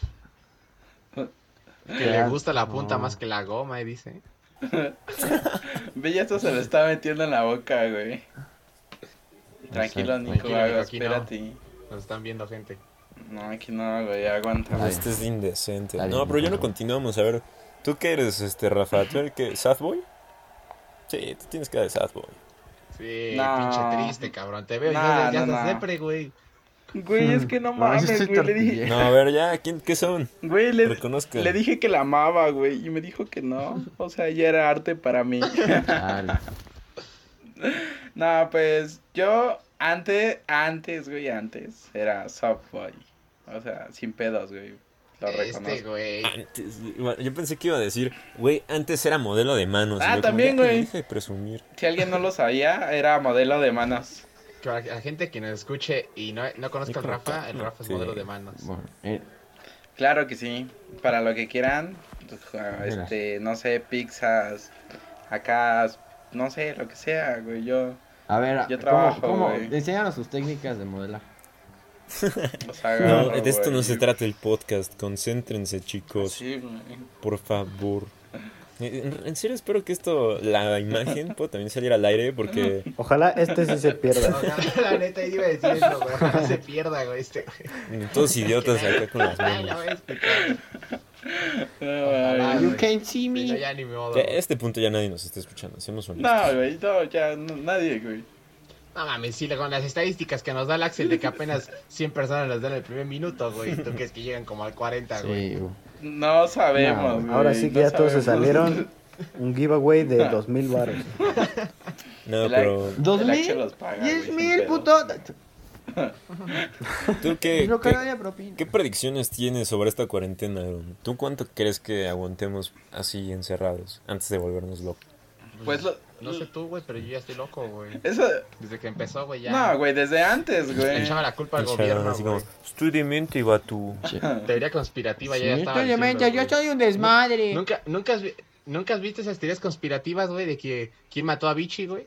Que
Ya,
le gusta la punta
no.
más que la goma, y dice.
Ve, ya esto se lo está metiendo en la boca, güey. Tranquilo,
Exacto.
Nico,
Tranquilo,
hago,
aquí no.
espérate.
Nos están viendo gente.
No. aquí no, güey, aguanta.
Ay.
Este es indecente.
Ay,
No, pero ya
no.
no continuamos. A ver, ¿tú qué eres, este, Rafa? ¿Tú eres qué? ¿Sad Boy? Sí, tú tienes cara de Sad Boy.
Sí,
No.
pinche triste, cabrón. Te veo
No,
y no, ya
no,
estás
no.
depre, güey.
Güey, es que no
No, yo
mames,
estoy
güey. Le dije,
tortillero.
No, a ver, ya, ¿quién, ¿qué son?
güey, le,
Reconozcan.
le dije que la amaba, güey. Y me dijo que no. O sea, ya era arte para mí.
Chale.
No, pues yo antes, antes, güey, antes era softboy. O sea, sin pedos, güey. Lo reconozco.
Este, güey.
Antes, bueno, yo pensé que iba a decir, güey, antes era modelo de manos.
Ah,
Y yo como,
también,
ya,
güey.
Deja de presumir.
Si alguien no lo sabía, era modelo de manos.
Que para la gente que nos escuche y no, no conozca al
Hijo,
Rafa, el Rafa es
sí.
modelo de manos.
Bueno, eh,
Claro que sí. Para lo que quieran, pues, este, no sé, pizzas, acá, no sé, lo que sea, güey. Yo,
a ver,
Yo
¿cómo-
trabajo,
¿cómo?
güey.
Enséñanos sus técnicas de modelar.
los agarro,
No, de esto no
Ah, güey.
se trata el podcast. Concéntrense, chicos.
Sí, güey.
Por favor. Eh, En, en serio, espero que esto, la imagen, pueda también salir al aire porque...
Ojalá este sí se pierda.
No, la neta, iba a decir eso, güey. No se pierda, güey. Este, güey.
mm, Todos idiotas acá con las
Ay, este la
manos.
voy a explicar.
No,
Ah,
güey.
güey.
You can't see
Pero
me.
ya ni modo.
Ya, a este punto ya nadie nos está escuchando, seamos honestos.
No, güey, no, ya, no- nadie, güey.
No mames, sí, con las estadísticas que nos da el Axel de que apenas 100 personas las dan el primer minuto, güey. ¿Tú crees que llegan como al 40, güey?
Sí, güey.
No sabemos, güey.
Ahora sí que
no
ya todos se
sabemos.
salieron. Un giveaway de dos mil baros.
No,
El
pero
¿Dos
El Axel
mil?
los paga, güey,
¡Diez
sin
mil,
pedos.
puto!
¿tú qué,
Lo que
qué,
no haya propina.
qué predicciones tienes sobre esta cuarentena, Aaron? ¿Tú cuánto crees que aguantemos así encerrados antes de volvernos locos?
Pues lo-
No sé tú, güey, pero yo ya estoy loco, güey.
Eso,
Desde que empezó, güey, ya.
no, güey, desde antes,
Le
güey.
echaba la culpa al
O sea,
gobierno,
así como,
güey.
estoy demente, Ibatu.
Teoría conspirativa
Sí,
ya estaba
estoy
diciendo,
demente, yo
güey.
soy un desmadre.
¿Nunca, nunca, has vi- ¿Nunca has visto esas teorías conspirativas, güey, de que quién mató a Bichi, güey?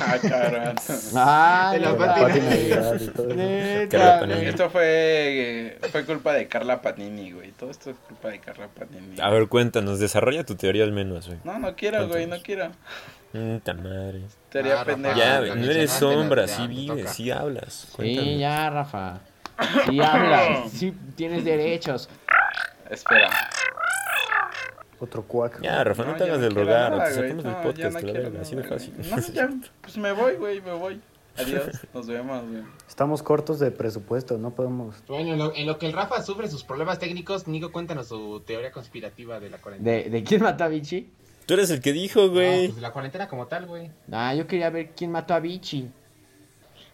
Ah, cabrón.
Ah,
de la
no,
La
patina.
página de Navidad y todo eso.
Neta,
Carla
güey.
Panini.
Esto fue, eh, fue culpa de Carla Panini, güey. Todo esto es culpa de Carla Panini.
A ver, cuéntanos, desarrolla tu teoría al menos, güey.
No, no quiero, güey, no
Cuéntanos.
quiero.
Puta madre.
Teoría
Rafa,
pendeja.
ya,
la
güey, no
mencionaste,
eres sombra,
ya,
sí
me
vives,
toca.
sí hablas.
Sí,
Cuéntanos.
ya, Rafa. Sí, hablas. Sí, tienes derechos.
Espera.
Otro cuac.
Ya, Rafa, no, te hagas
ya
del
quiero
rogar,
nada,
te
güey.
sacamos del
No, ya
podcast,
no
te la
quiero
verga, así de
nada,
fácil.
güey. No, ya, pues me voy, güey, me voy. Adiós, nos vemos, güey.
Estamos cortos de presupuesto, no podemos.
Bueno, en lo, en lo que el Rafa sufre sus problemas técnicos, Nico, cuéntanos su teoría conspirativa de la cuarentena.
¿De, de quién mató a Vichy?
Tú eres el que dijo,
No,
güey.
pues de la cuarentena como tal, güey.
Ah, yo quería ver quién mató a Vichy.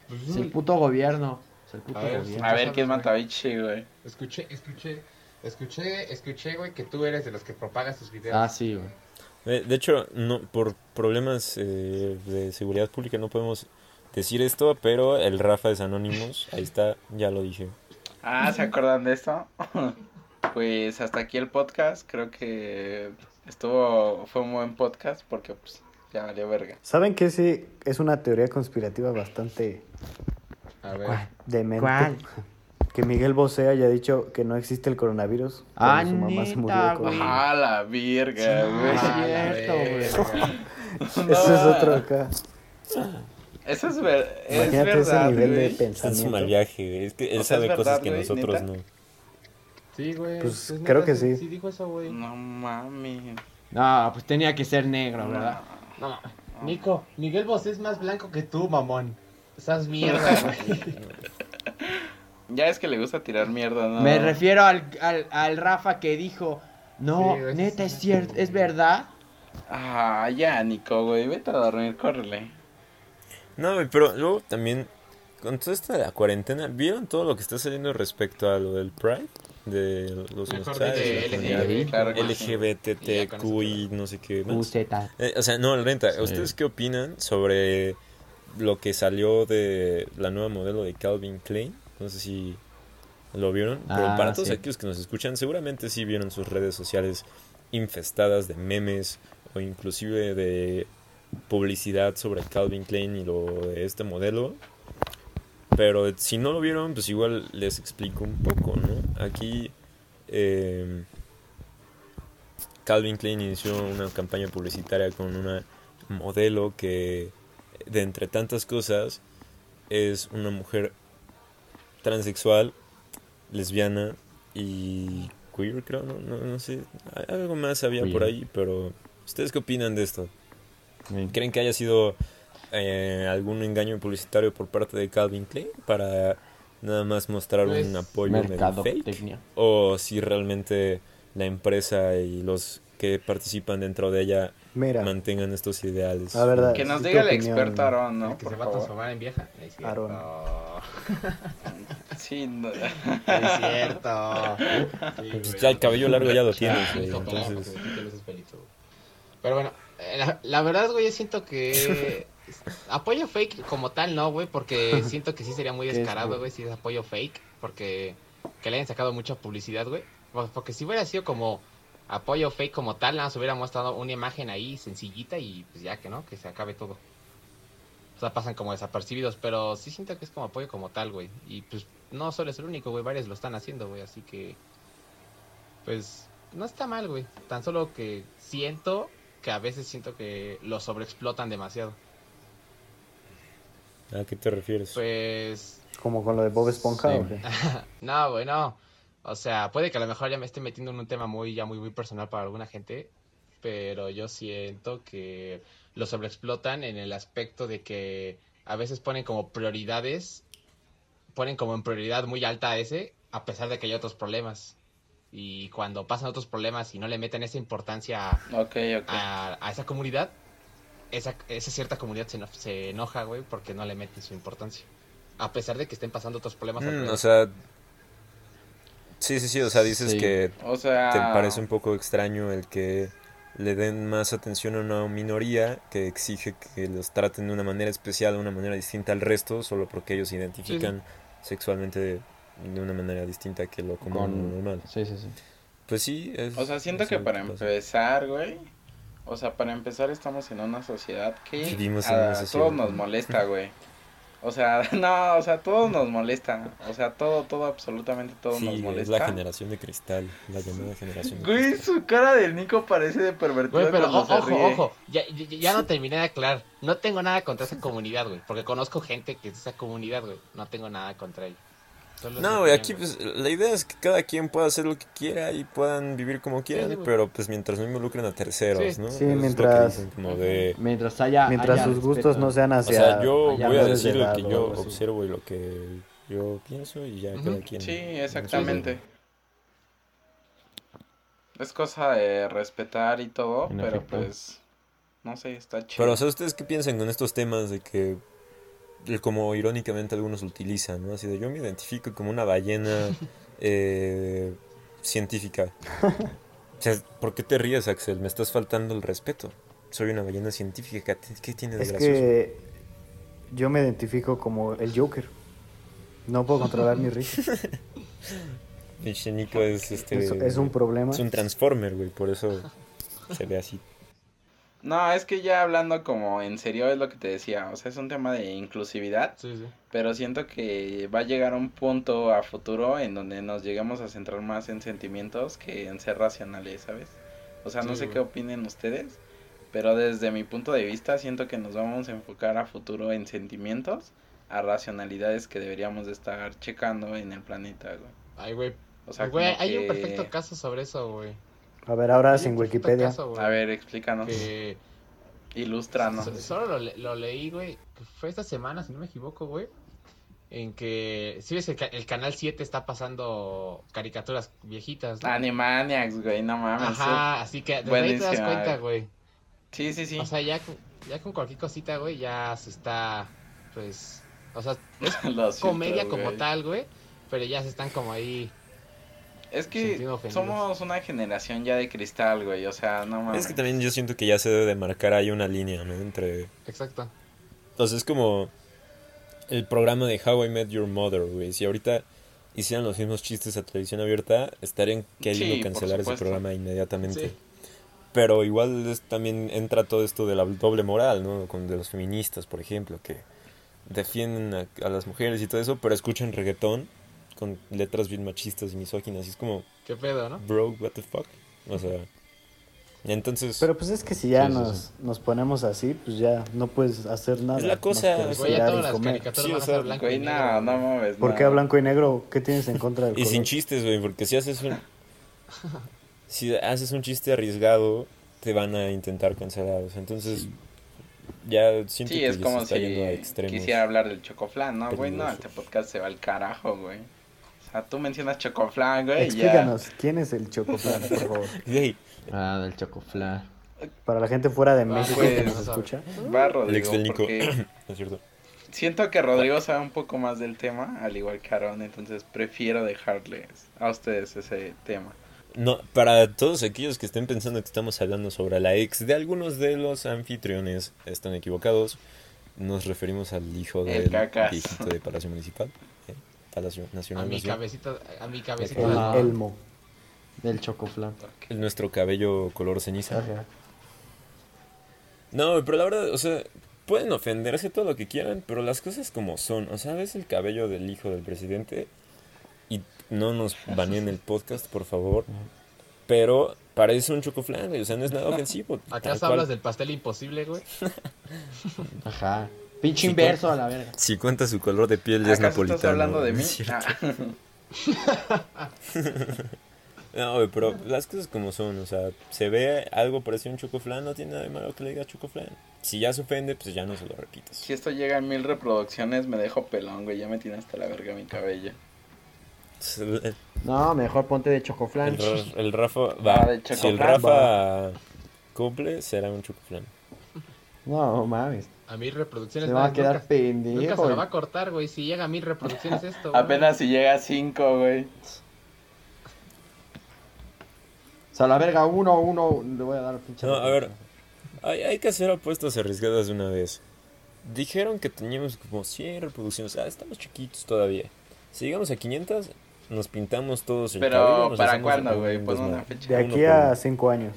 Pues,
Es el puto gobierno. Es el puto
A ver,
gobierno.
A ver quién mata a Vichy, güey.
Escuché, escuché, escuché, escuché, güey, que tú eres de los que propaga sus videos.
Ah, sí, güey.
Eh, De hecho, no, por problemas eh, de seguridad pública no podemos decir esto, pero el Rafa es Anonymous, ahí está, ya lo dije.
Ah, ¿se acuerdan de esto? Pues hasta aquí el podcast. Creo que estuvo, fue un buen podcast porque pues ya valió verga.
¿Saben que sí es una teoría conspirativa bastante
A ver.
demente?
¿Cuál?
Que Miguel Bosé haya dicho que no existe el coronavirus.
Ah,
cuando
neta, güey.
¡Ah, la virga, güey!
Ah,
A la
cierto, güey.
verga.
Eso es otro acá.
Eso es, ver- es
Imagínate ese
verdad,
nivel de
güey.
Está en su
pensamiento.
mal viaje, güey. Es que él
O sea, es
sabe cosas
verdad,
que
güey,
nosotros
¿neta?
no.
Sí, güey.
Pues,
neta,
creo que
sí.
sí.
Sí dijo eso, güey.
No mami.
No, pues tenía que ser negro, ¿verdad?
No, ma- Nico, Miguel Bosé es más blanco que tú, mamón. Estás mierda, güey.
Ya es que le gusta tirar mierda, ¿no?
Ah.
Me refiero al, al, al Rafa que dijo, no,
Sí, güey,
neta,
sí.
es cierto, es verdad.
Ah, ya, Nico, güey. Vete a dormir, córrele.
No, güey, pero luego también, con todo esto de la cuarentena, ¿vieron todo lo que está saliendo respecto a lo del Pride? De los
Mejor
homosexuales,
de
la
LGBT,
comunidad
claro que sí.
LGBTQI, no sé qué más.
Puta.
Eh, o sea, no, la neta,
Sí.
¿ustedes qué opinan sobre lo que salió de la nueva modelo de Calvin Klein? No sé si lo vieron, pero
Ah,
para todos
sí.
aquellos que nos escuchan, seguramente sí vieron sus redes sociales infestadas de memes o inclusive de publicidad sobre Calvin Klein y lo de este modelo. Pero si no lo vieron, pues igual les explico un poco, ¿no? Aquí eh, Calvin Klein inició una campaña publicitaria con una modelo que, de entre tantas cosas, es una mujer transexual, lesbiana y queer, creo, no, no, no sé. A- Algo más había por
Queer.
ahí, pero ¿ustedes qué opinan de esto? ¿Creen que haya sido eh, algún engaño publicitario por parte de Calvin Klein para nada más mostrar
Pues,
un apoyo medio fake?
Mercadotecnia.
o si realmente la empresa y los que participan dentro de ella
Mira,
mantengan estos ideales.
La verdad.
Que nos
Ah, Sí, tu
diga el
opinión.
experto Aarón, ¿no?
que se
Por
va a
favor.
transformar en vieja. Es cierto.
Sí, no-
Es cierto. Sí, güey.
Pues ya el cabello largo ya lo tienes,
Sí,
güey,
hijo, pelado,
entonces-
porque quítale esos pelitos, güey. Pero bueno, eh, la, la verdad, güey, yo siento que apoyo fake como tal, no, güey, porque siento que sí sería muy
¿Qué es,
descarado,
güey?
güey, si es apoyo fake, porque que le hayan sacado mucha publicidad, güey. Pues, Porque si hubiera sido como apoyo fake como tal, nada más hubiera mostrado una imagen ahí sencillita y pues ya que no, que se acabe todo. O sea, pasan como desapercibidos, pero sí siento que es como apoyo como tal, güey. Y pues no solo es el único, güey, varios lo están haciendo, güey, así que pues no está mal, güey. Tan solo que siento que a veces siento que lo sobreexplotan demasiado.
¿A qué te refieres?
Pues
Como con lo de Bob Esponja.
Sí.
¿o qué?
Ah,
No, güey, no. O sea, puede que a lo mejor ya me esté metiendo en un tema muy, ya muy, muy personal para alguna gente, pero yo siento que lo sobreexplotan en el aspecto de que a veces ponen como prioridades, ponen como en prioridad muy alta a ese, a pesar de que hay otros problemas. Y cuando pasan otros problemas y no le meten esa importancia a-
Ok, ok.
a, a esa comunidad, esa, esa cierta comunidad se, eno- se enoja, güey, porque no le meten su importancia. A pesar de que estén pasando otros problemas
Mm,
alrededor.
o sea... Sí, sí, sí, o sea, dices
Sí.
que
O sea...
te parece un poco extraño el que le den más atención a una minoría que exige que los traten de una manera especial, de una manera distinta al resto, solo porque ellos se identifican sexualmente de, de una manera distinta que lo común
Con-
o normal.
Sí, sí, sí.
Pues sí, es-
O sea, siento
es
que
lo
para
pasa.
empezar, güey. O sea, para empezar estamos en una sociedad que
Vivimos en una
a
sociedad.
todos nos molesta, güey. O sea, no, o sea, todo nos molesta. O sea, todo, todo, absolutamente todo nos
Sí, es
molesta.
la generación de cristal, la llamada generación de cristal.
Güey, su cara del Nico parece de pervertido
Güey, pero
cuando
o-
se
ojo,
ríe.
ojo, ya, ya- ya no terminé de aclarar. No tengo nada contra esa comunidad, güey, porque conozco gente que es de esa comunidad, güey. No tengo nada contra ellos. Solo se
No, güey,
ríen,
aquí pues, la idea es que cada quien pueda hacer lo que quiera y puedan vivir como quieran,
güey.
pero pues mientras no involucren a terceros,
Sí.
¿no? Eso
Sí,
es lo que
mientras-
dicen, como de...
Mientras haya.
Mientras
haya
sus
respeto.
gustos no sean
O
hacia.
sea, yo
allá
voy a
menores
decir
de
lo
edad
que
o
yo
algo así.
observo y lo que yo pienso y ya
Ujú.
cada quien...
Sí, exactamente. Es cosa de respetar y todo,
En
pero
efecto.
pues no sé, está chido.
Pero, o sea, ¿ustedes qué piensan con estos temas de que, de como irónicamente algunos lo utilizan, ¿no? Así de, yo me identifico como una ballena eh, científica. O sea, ¿por qué te ríes, Axel? Me estás faltando el respeto. Soy una ballena científica. ¿Qué qué tiene de
Es
gracioso?
que yo me identifico como el Joker. No puedo controlar mi risa.
Pinche Nico es, este,
Es, es un problema.
es un transformer, güey, por eso se ve así.
No, es que ya hablando como en serio es lo que te decía, o sea, es un tema de inclusividad,
Sí, sí.
pero siento que va a llegar un punto a futuro en donde nos lleguemos a centrar más en sentimientos que en ser racionales, ¿sabes? O sea, no
Sí,
sé
güey.
qué opinen ustedes, pero desde mi punto de vista siento que nos vamos a enfocar a futuro en sentimientos, a racionalidades que deberíamos de estar checando en el planeta, güey.
Ay, güey.
O sea,
Güey,
como
hay un
que-
perfecto caso sobre eso, güey.
A ver, ahora
Hay
sin
un perfecto
Wikipedia.
caso, güey,
A ver, explícanos,
que
ilústranos.
so- solo lo, le- lo leí, güey. que Fue esta semana, si no me equivoco, güey. En que, si ves, el, ca- el canal 7 está pasando caricaturas viejitas. ¿no?
Animaniacs, güey, Ah, no mames.
Ajá, así que desde ahí te das
Buenísima, eh.
cuenta,
güey.
güey.
Sí, sí, sí.
O sea, ya, con- ya con cualquier cosita, güey, ya se está, pues, o sea, es
Los
comedia
filtros,
como
güey.
tal, güey, pero ya se están como ahí.
Es
Sentido
que
ofendidos.
somos una generación ya de cristal, güey. O sea, no mames.
Es que también yo siento que ya se debe de marcar ahí una línea, ¿no? Entre...
Exacto.
Entonces es como el programa de How I Met Your Mother, güey. Si ahorita hicieran los mismos chistes a televisión abierta, estarían queriendo
Sí, por
cancelar ese
supuesto.
programa inmediatamente.
Sí.
Pero igual es- también entra todo esto de la doble moral, ¿no? Con de los feministas, por ejemplo, que defienden a, a las mujeres y todo eso, pero escuchan reggaetón con letras bien machistas y misóginas. Y es como,
¿Qué pedo, no?
bro, what the fuck? O sea, entonces...
Pero pues es que si ya
Sí, sí,
nos, nos ponemos así, pues ya no puedes hacer nada.
Es la
más
cosa.
que
Güey,
Güey, ya
respirar y
todas las
comer.
caricaturas
Sí, o
van a
sea,
ser blanco
Güey,
y negro,
no, no
güey.
mames.
¿Por
no.
qué a blanco y negro? ¿Qué tienes en contra del
Y
color?
sin chistes, güey, porque si haces un... si haces un chiste arriesgado, te van a intentar cancelar. o sea, entonces, ya siento
Sí,
que
es
ya
como
se está yendo a
si
extremos.
quisiera hablar del chocoflan, ¿no? Güey, no,
Peligrosos.
este podcast se va al carajo, güey. O sea, tú mencionas chocoflan, güey, y ya.
Explícanos, ¿quién es el Chocoflan, por favor?
Güey,
Ah, del chocofla.
Para la gente fuera de
Ah,
México que
pues,
nos
no sabe.
escucha.
Va,
el ex
Rodrigo,
del Nico.
porque
No es cierto.
siento que Rodrigo sabe un poco más del tema, al igual que Aaron, entonces prefiero dejarles a ustedes ese tema.
No, para todos aquellos que estén pensando que estamos hablando sobre la ex de algunos de los anfitriones, están equivocados. Nos referimos al hijo
El
del
Cacas.
viejito de Palacio Municipal, ¿eh? Palacio
A
Nacional.
mi
más eh? bien.
cabecita, a mi cabecita.
El
Ah.
Elmo.
Del chocofla.
Nuestro cabello color ceniza. No, pero la verdad, o sea, pueden ofenderse todo lo que quieran, pero las cosas como son. O sea, ves el cabello del hijo del presidente y no nos baneen el podcast, por favor. Pero parece un chocoflan, güey, o sea, no es nada ofensivo. tal
¿Acaso
cual.
hablas del pastel imposible, güey?
Ajá. Pinche
Sí,
inverso a la verga.
Si cuenta su color de piel, ya es
¿Acaso
napolitano.
estás hablando de
güey,
mí?
¿no es cierto?
Ah.
No, güey, pero las cosas como son, o sea, se ve algo parecido a un chocoflan, no tiene nada de malo que le diga chocoflan. Si ya se ofende, pues ya no se lo repitas.
Si esto llega a mil reproducciones, me dejo pelón, güey. Ya me tiene hasta la verga mi cabello.
El-
No, mejor ponte de chocoflan.
El, Ra- el Rafa
Ah,
va.
de
Si el
Chocoflan,
Rafa cumple, será un chocoflan.
No mames.
A mil reproducciones.
Se va a
no,
quedar
nunca- Nunca
pendejo.
se lo va a cortar, güey, si llega a mil reproducciones esto. güey.
Apenas si llega a 5, güey.
O sea, la verga, uno, uno. Le voy a dar pinche.
No, a ver. Hay, hay que hacer apuestas arriesgadas de una vez. Dijeron que teníamos como 100 reproducciones. Ah, estamos chiquitos todavía. Si llegamos a 500, nos pintamos todos el cabello.
Pero,
nos
¿para
hacemos
cuándo,
un
güey? Pon
desmadre.
una fecha.
De
Uno
aquí
por uno.
a cinco años.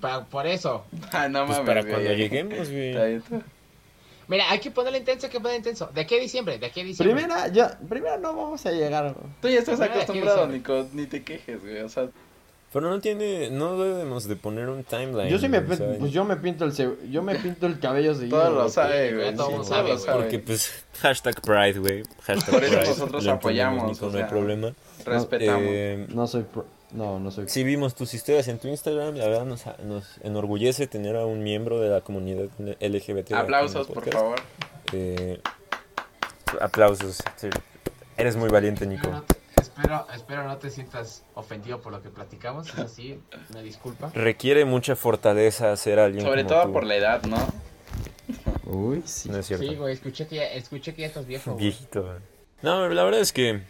Pa- por eso.
Ah, no
Pues
mames,
para
güey.
cuando lleguemos, güey.
Está bien, está-
Mira, hay que ponerle intenso, hay que ponerle intenso. De aquí a diciembre, de aquí a diciembre.
Primera, ya, primero no vamos a llegar.
Tú ya estás
Mira, aquí
acostumbrado,
dice,
Nico. Ni te quejes, güey. O sea,
Pero no tiene, no debemos de poner un timeline.
Yo sí me,
güey, o sea,
pin- pues yo me pinto el ce- yo me pinto el cabello seguido.
Todo lo
güey.
sabe, güey.
todo
sí,
mundo
todo
sabe,
lo
güey.
sabe.
Porque pues hashtag Pride, güey. Hashtag
Por eso
Pride,
nosotros
lo entendemos,
apoyamos,
Nico,
o
no hay
sea,
problema.
Respetamos.
Eh,
No soy pro- no, no soy
sí vimos tus historias en tu Instagram, la verdad nos, nos enorgullece tener a un miembro de la comunidad LGBT.
Aplausos,
en el
por
podcast.
favor.
Eh, aplausos. sí. Eres muy valiente, Nico.
Espero no, te- espero, espero no te sientas ofendido por lo que platicamos. Es así, una disculpa.
Requiere mucha fortaleza ser alguien
Sobre
como
todo
tú.
por la edad, ¿no?
Uy, sí.
No es cierto.
Sí, güey, escuché que ya, escuché que ya estás viejo. güey.
Viejito. güey. No, la verdad es que...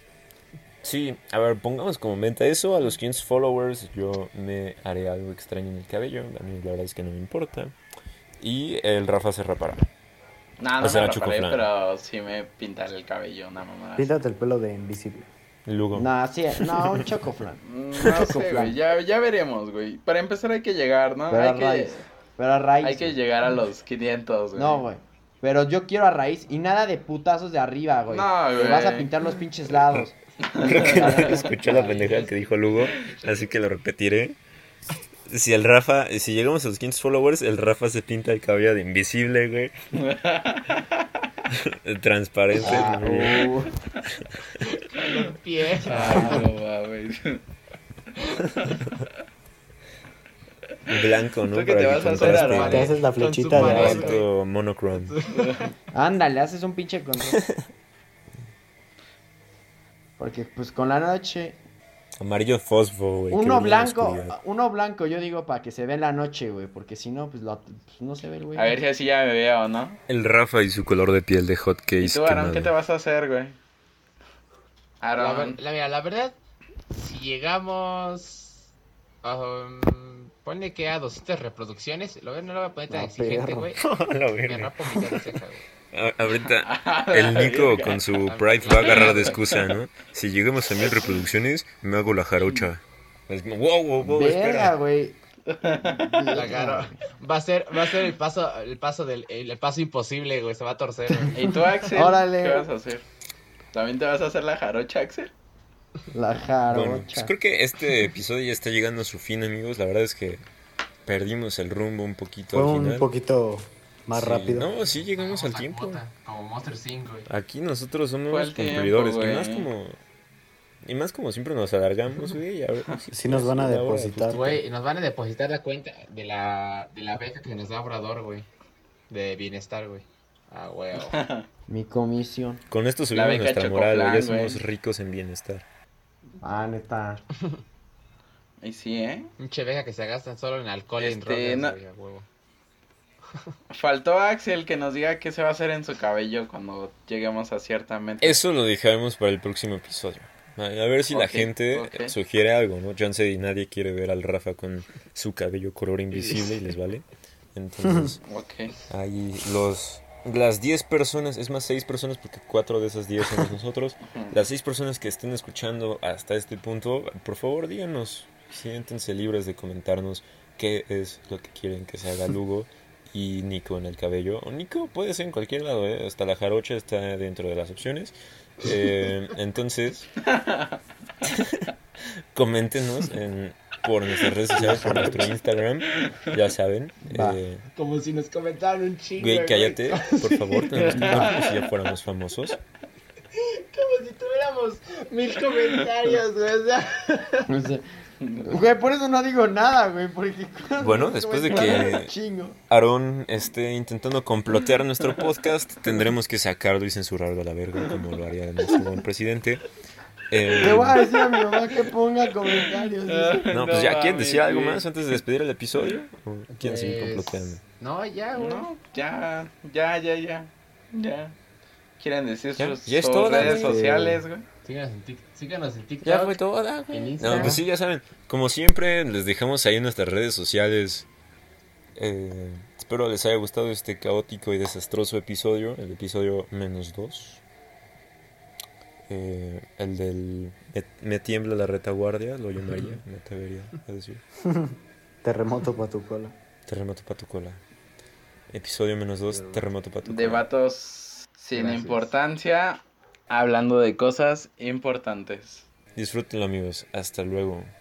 Sí, a ver, pongamos como meta eso. A los 15 followers yo me haré algo extraño en el cabello. A mí la verdad es que no me importa. Y el Rafa se rapará.
No,
O
no
sea,
me raparé,
chocoflan.
pero sí me pintaré el cabello, una mamada.
Píntate el pelo de invisible.
Luego.
No, sí, no, un chocoflan.
Mm, No sé,
Chocoflan.
güey. Ya, ya veremos, güey. Para empezar hay que llegar, ¿no?
Pero a
Hay que,
raíz. Pero a raíz.
hay que
güey.
llegar a los 500, güey.
No, güey. Pero yo quiero a raíz y nada de putazos de arriba, güey.
No,
Te vas a
güey.
pintar los pinches lados.
Creo que nadie escuchó la pendeja que dijo Lugo, así que lo repetiré. Si el Rafa, si llegamos a los 500 followers, el Rafa se pinta el cabello de invisible, güey. Transparente.
Ah,
¿no?
uh.
Los pies.
Ah, no, va, güey.
Blanco, ¿no?
¿Tú qué te vas a hacer,
contraste,
Te
Armando?
haces la
Con tu
flechita de
¿no?
pared,
abajo.
güey.
Blanco monochrome.
Ándale, haces un pinche control. Porque pues con la noche
Amarillo fosfo, güey. que brilla
uno
en la
blanco,
oscuridad.
uno blanco yo digo para que se ve en la noche, güey, porque si no pues, lo- pues, no se ve, el güey.
A ver si así ya me veo, ¿no?
El Rafa y su color de piel de hot case.
¿Y tú, Aaron, qué te
quemado.
vas a hacer, güey?
La,
Aaron,
ver- la- mira, la verdad, si llegamos. um, ponle que a 200 reproducciones. Lo veo, no lo voy a poner tan
Ah,
exigente,
perro.
güey.
A la
Me
verga.
rapo mi cabeza, güey.
A- Ahorita el Nico con su Pride va a agarrar de excusa, ¿no? Si llegamos a mil reproducciones, me hago la jarocha. Es como, wow, wow, wow,
Pues,
Verga,
espera.
güey.
La agarro. Va a ser, va a ser el paso, el paso del, el, el paso imposible, güey. Se va a torcer. güey.
¿y tú, Axel?
Órale.
¿Qué vas a hacer? ¿También te vas a hacer la jarocha, Axel?
La
Bueno, pues
jarocha.
creo que este episodio ya está llegando a su fin, amigos. La verdad es que perdimos el rumbo un poquito
Fue
al
un
final.
poquito más
Sí,
rápido.
No, sí llegamos al tiempo.
Mota, Como Monster 5, güey.
Aquí nosotros
Fue
somos
al tiempo,
cumplidores. y
güey.
más como... Y más como siempre nos alargamos, güey. a ver,
Sí nos van a
una hora, pues,
depositar.
Güey, y nos van a depositar la cuenta de la, de la beca que nos da Obrador, güey. De bienestar, güey. Ah, güey.
Mi comisión.
Con esto
La
subimos
beca
nuestra moral, güey, ya
Chocoflan, güey.
somos ricos en bienestar.
Ah, neta.
Y sí, ¿eh?
Pinche beca que se gastan solo en alcohol y
Este,
en
no-
drogas, güey, a huevo.
Faltó Axel que nos diga qué se va a hacer en su cabello cuando lleguemos a cierta meta.
Eso lo dejaremos para el próximo episodio. A a ver si la
Ok,
gente
ok.
sugiere algo, ¿no? Chance y nadie quiere ver al Rafa con su cabello color invisible y les vale. Entonces,
Ok.
ahí los las 10 personas, es más 6 personas porque 4 de esas 10 somos nosotros. Las 6 personas que estén escuchando hasta este punto, por favor, díganos, siéntense libres de comentarnos qué es lo que quieren que se haga Lugo y Nico en el cabello. O Nico puede ser en cualquier lado, ¿eh? hasta la jarocha está dentro de las opciones. Eh, entonces, coméntenos en- por nuestras redes sociales, por nuestro Instagram, ya saben.
Va.
eh,
Como si nos comentaran un chingo.
Güey, cállate, por favor, tenemos que como si ya fuéramos famosos.
Como si tuviéramos mil comentarios, güey.
O sea, Güey, por eso no digo nada, güey, porque...
Bueno, después de que-
Chingo.
Aarón esté intentando complotear nuestro podcast, tendremos que sacarlo y censurarlo a la verga, como lo haría nuestro buen presidente. Eh,
Le voy a decir a mi mamá que ponga comentarios. dice.
no, pues ya, ¿quieren
mames,
decir algo
güey.
más antes de despedir el episodio? ¿O ¿Quieren seguir comploteando?
No, ya, güey.
No, ya, ya, ya, ya. Ya. ¿Quieren decir
Ya,
sus,
ya es
sus
todo,
redes
güey.
sociales, güey?
Síganos, en tic- síganos en TikTok.
Ya fue toda,
En
güey.
Instagram.
No, pues sí, ya saben. Como siempre, les dejamos ahí nuestras redes sociales. Eh, espero les haya gustado este caótico y desastroso episodio, el episodio menos dos. Eh, el del me, me tiembla la retaguardia, lo llamaría, me atrevería a decir.
Terremoto para tu cola.
Terremoto pa' tu cola. Episodio menos dos, terremoto pa' tu cola.
De vatos sin
Gracias.
importancia, hablando de cosas importantes.
Disfrútenlo amigos, hasta luego.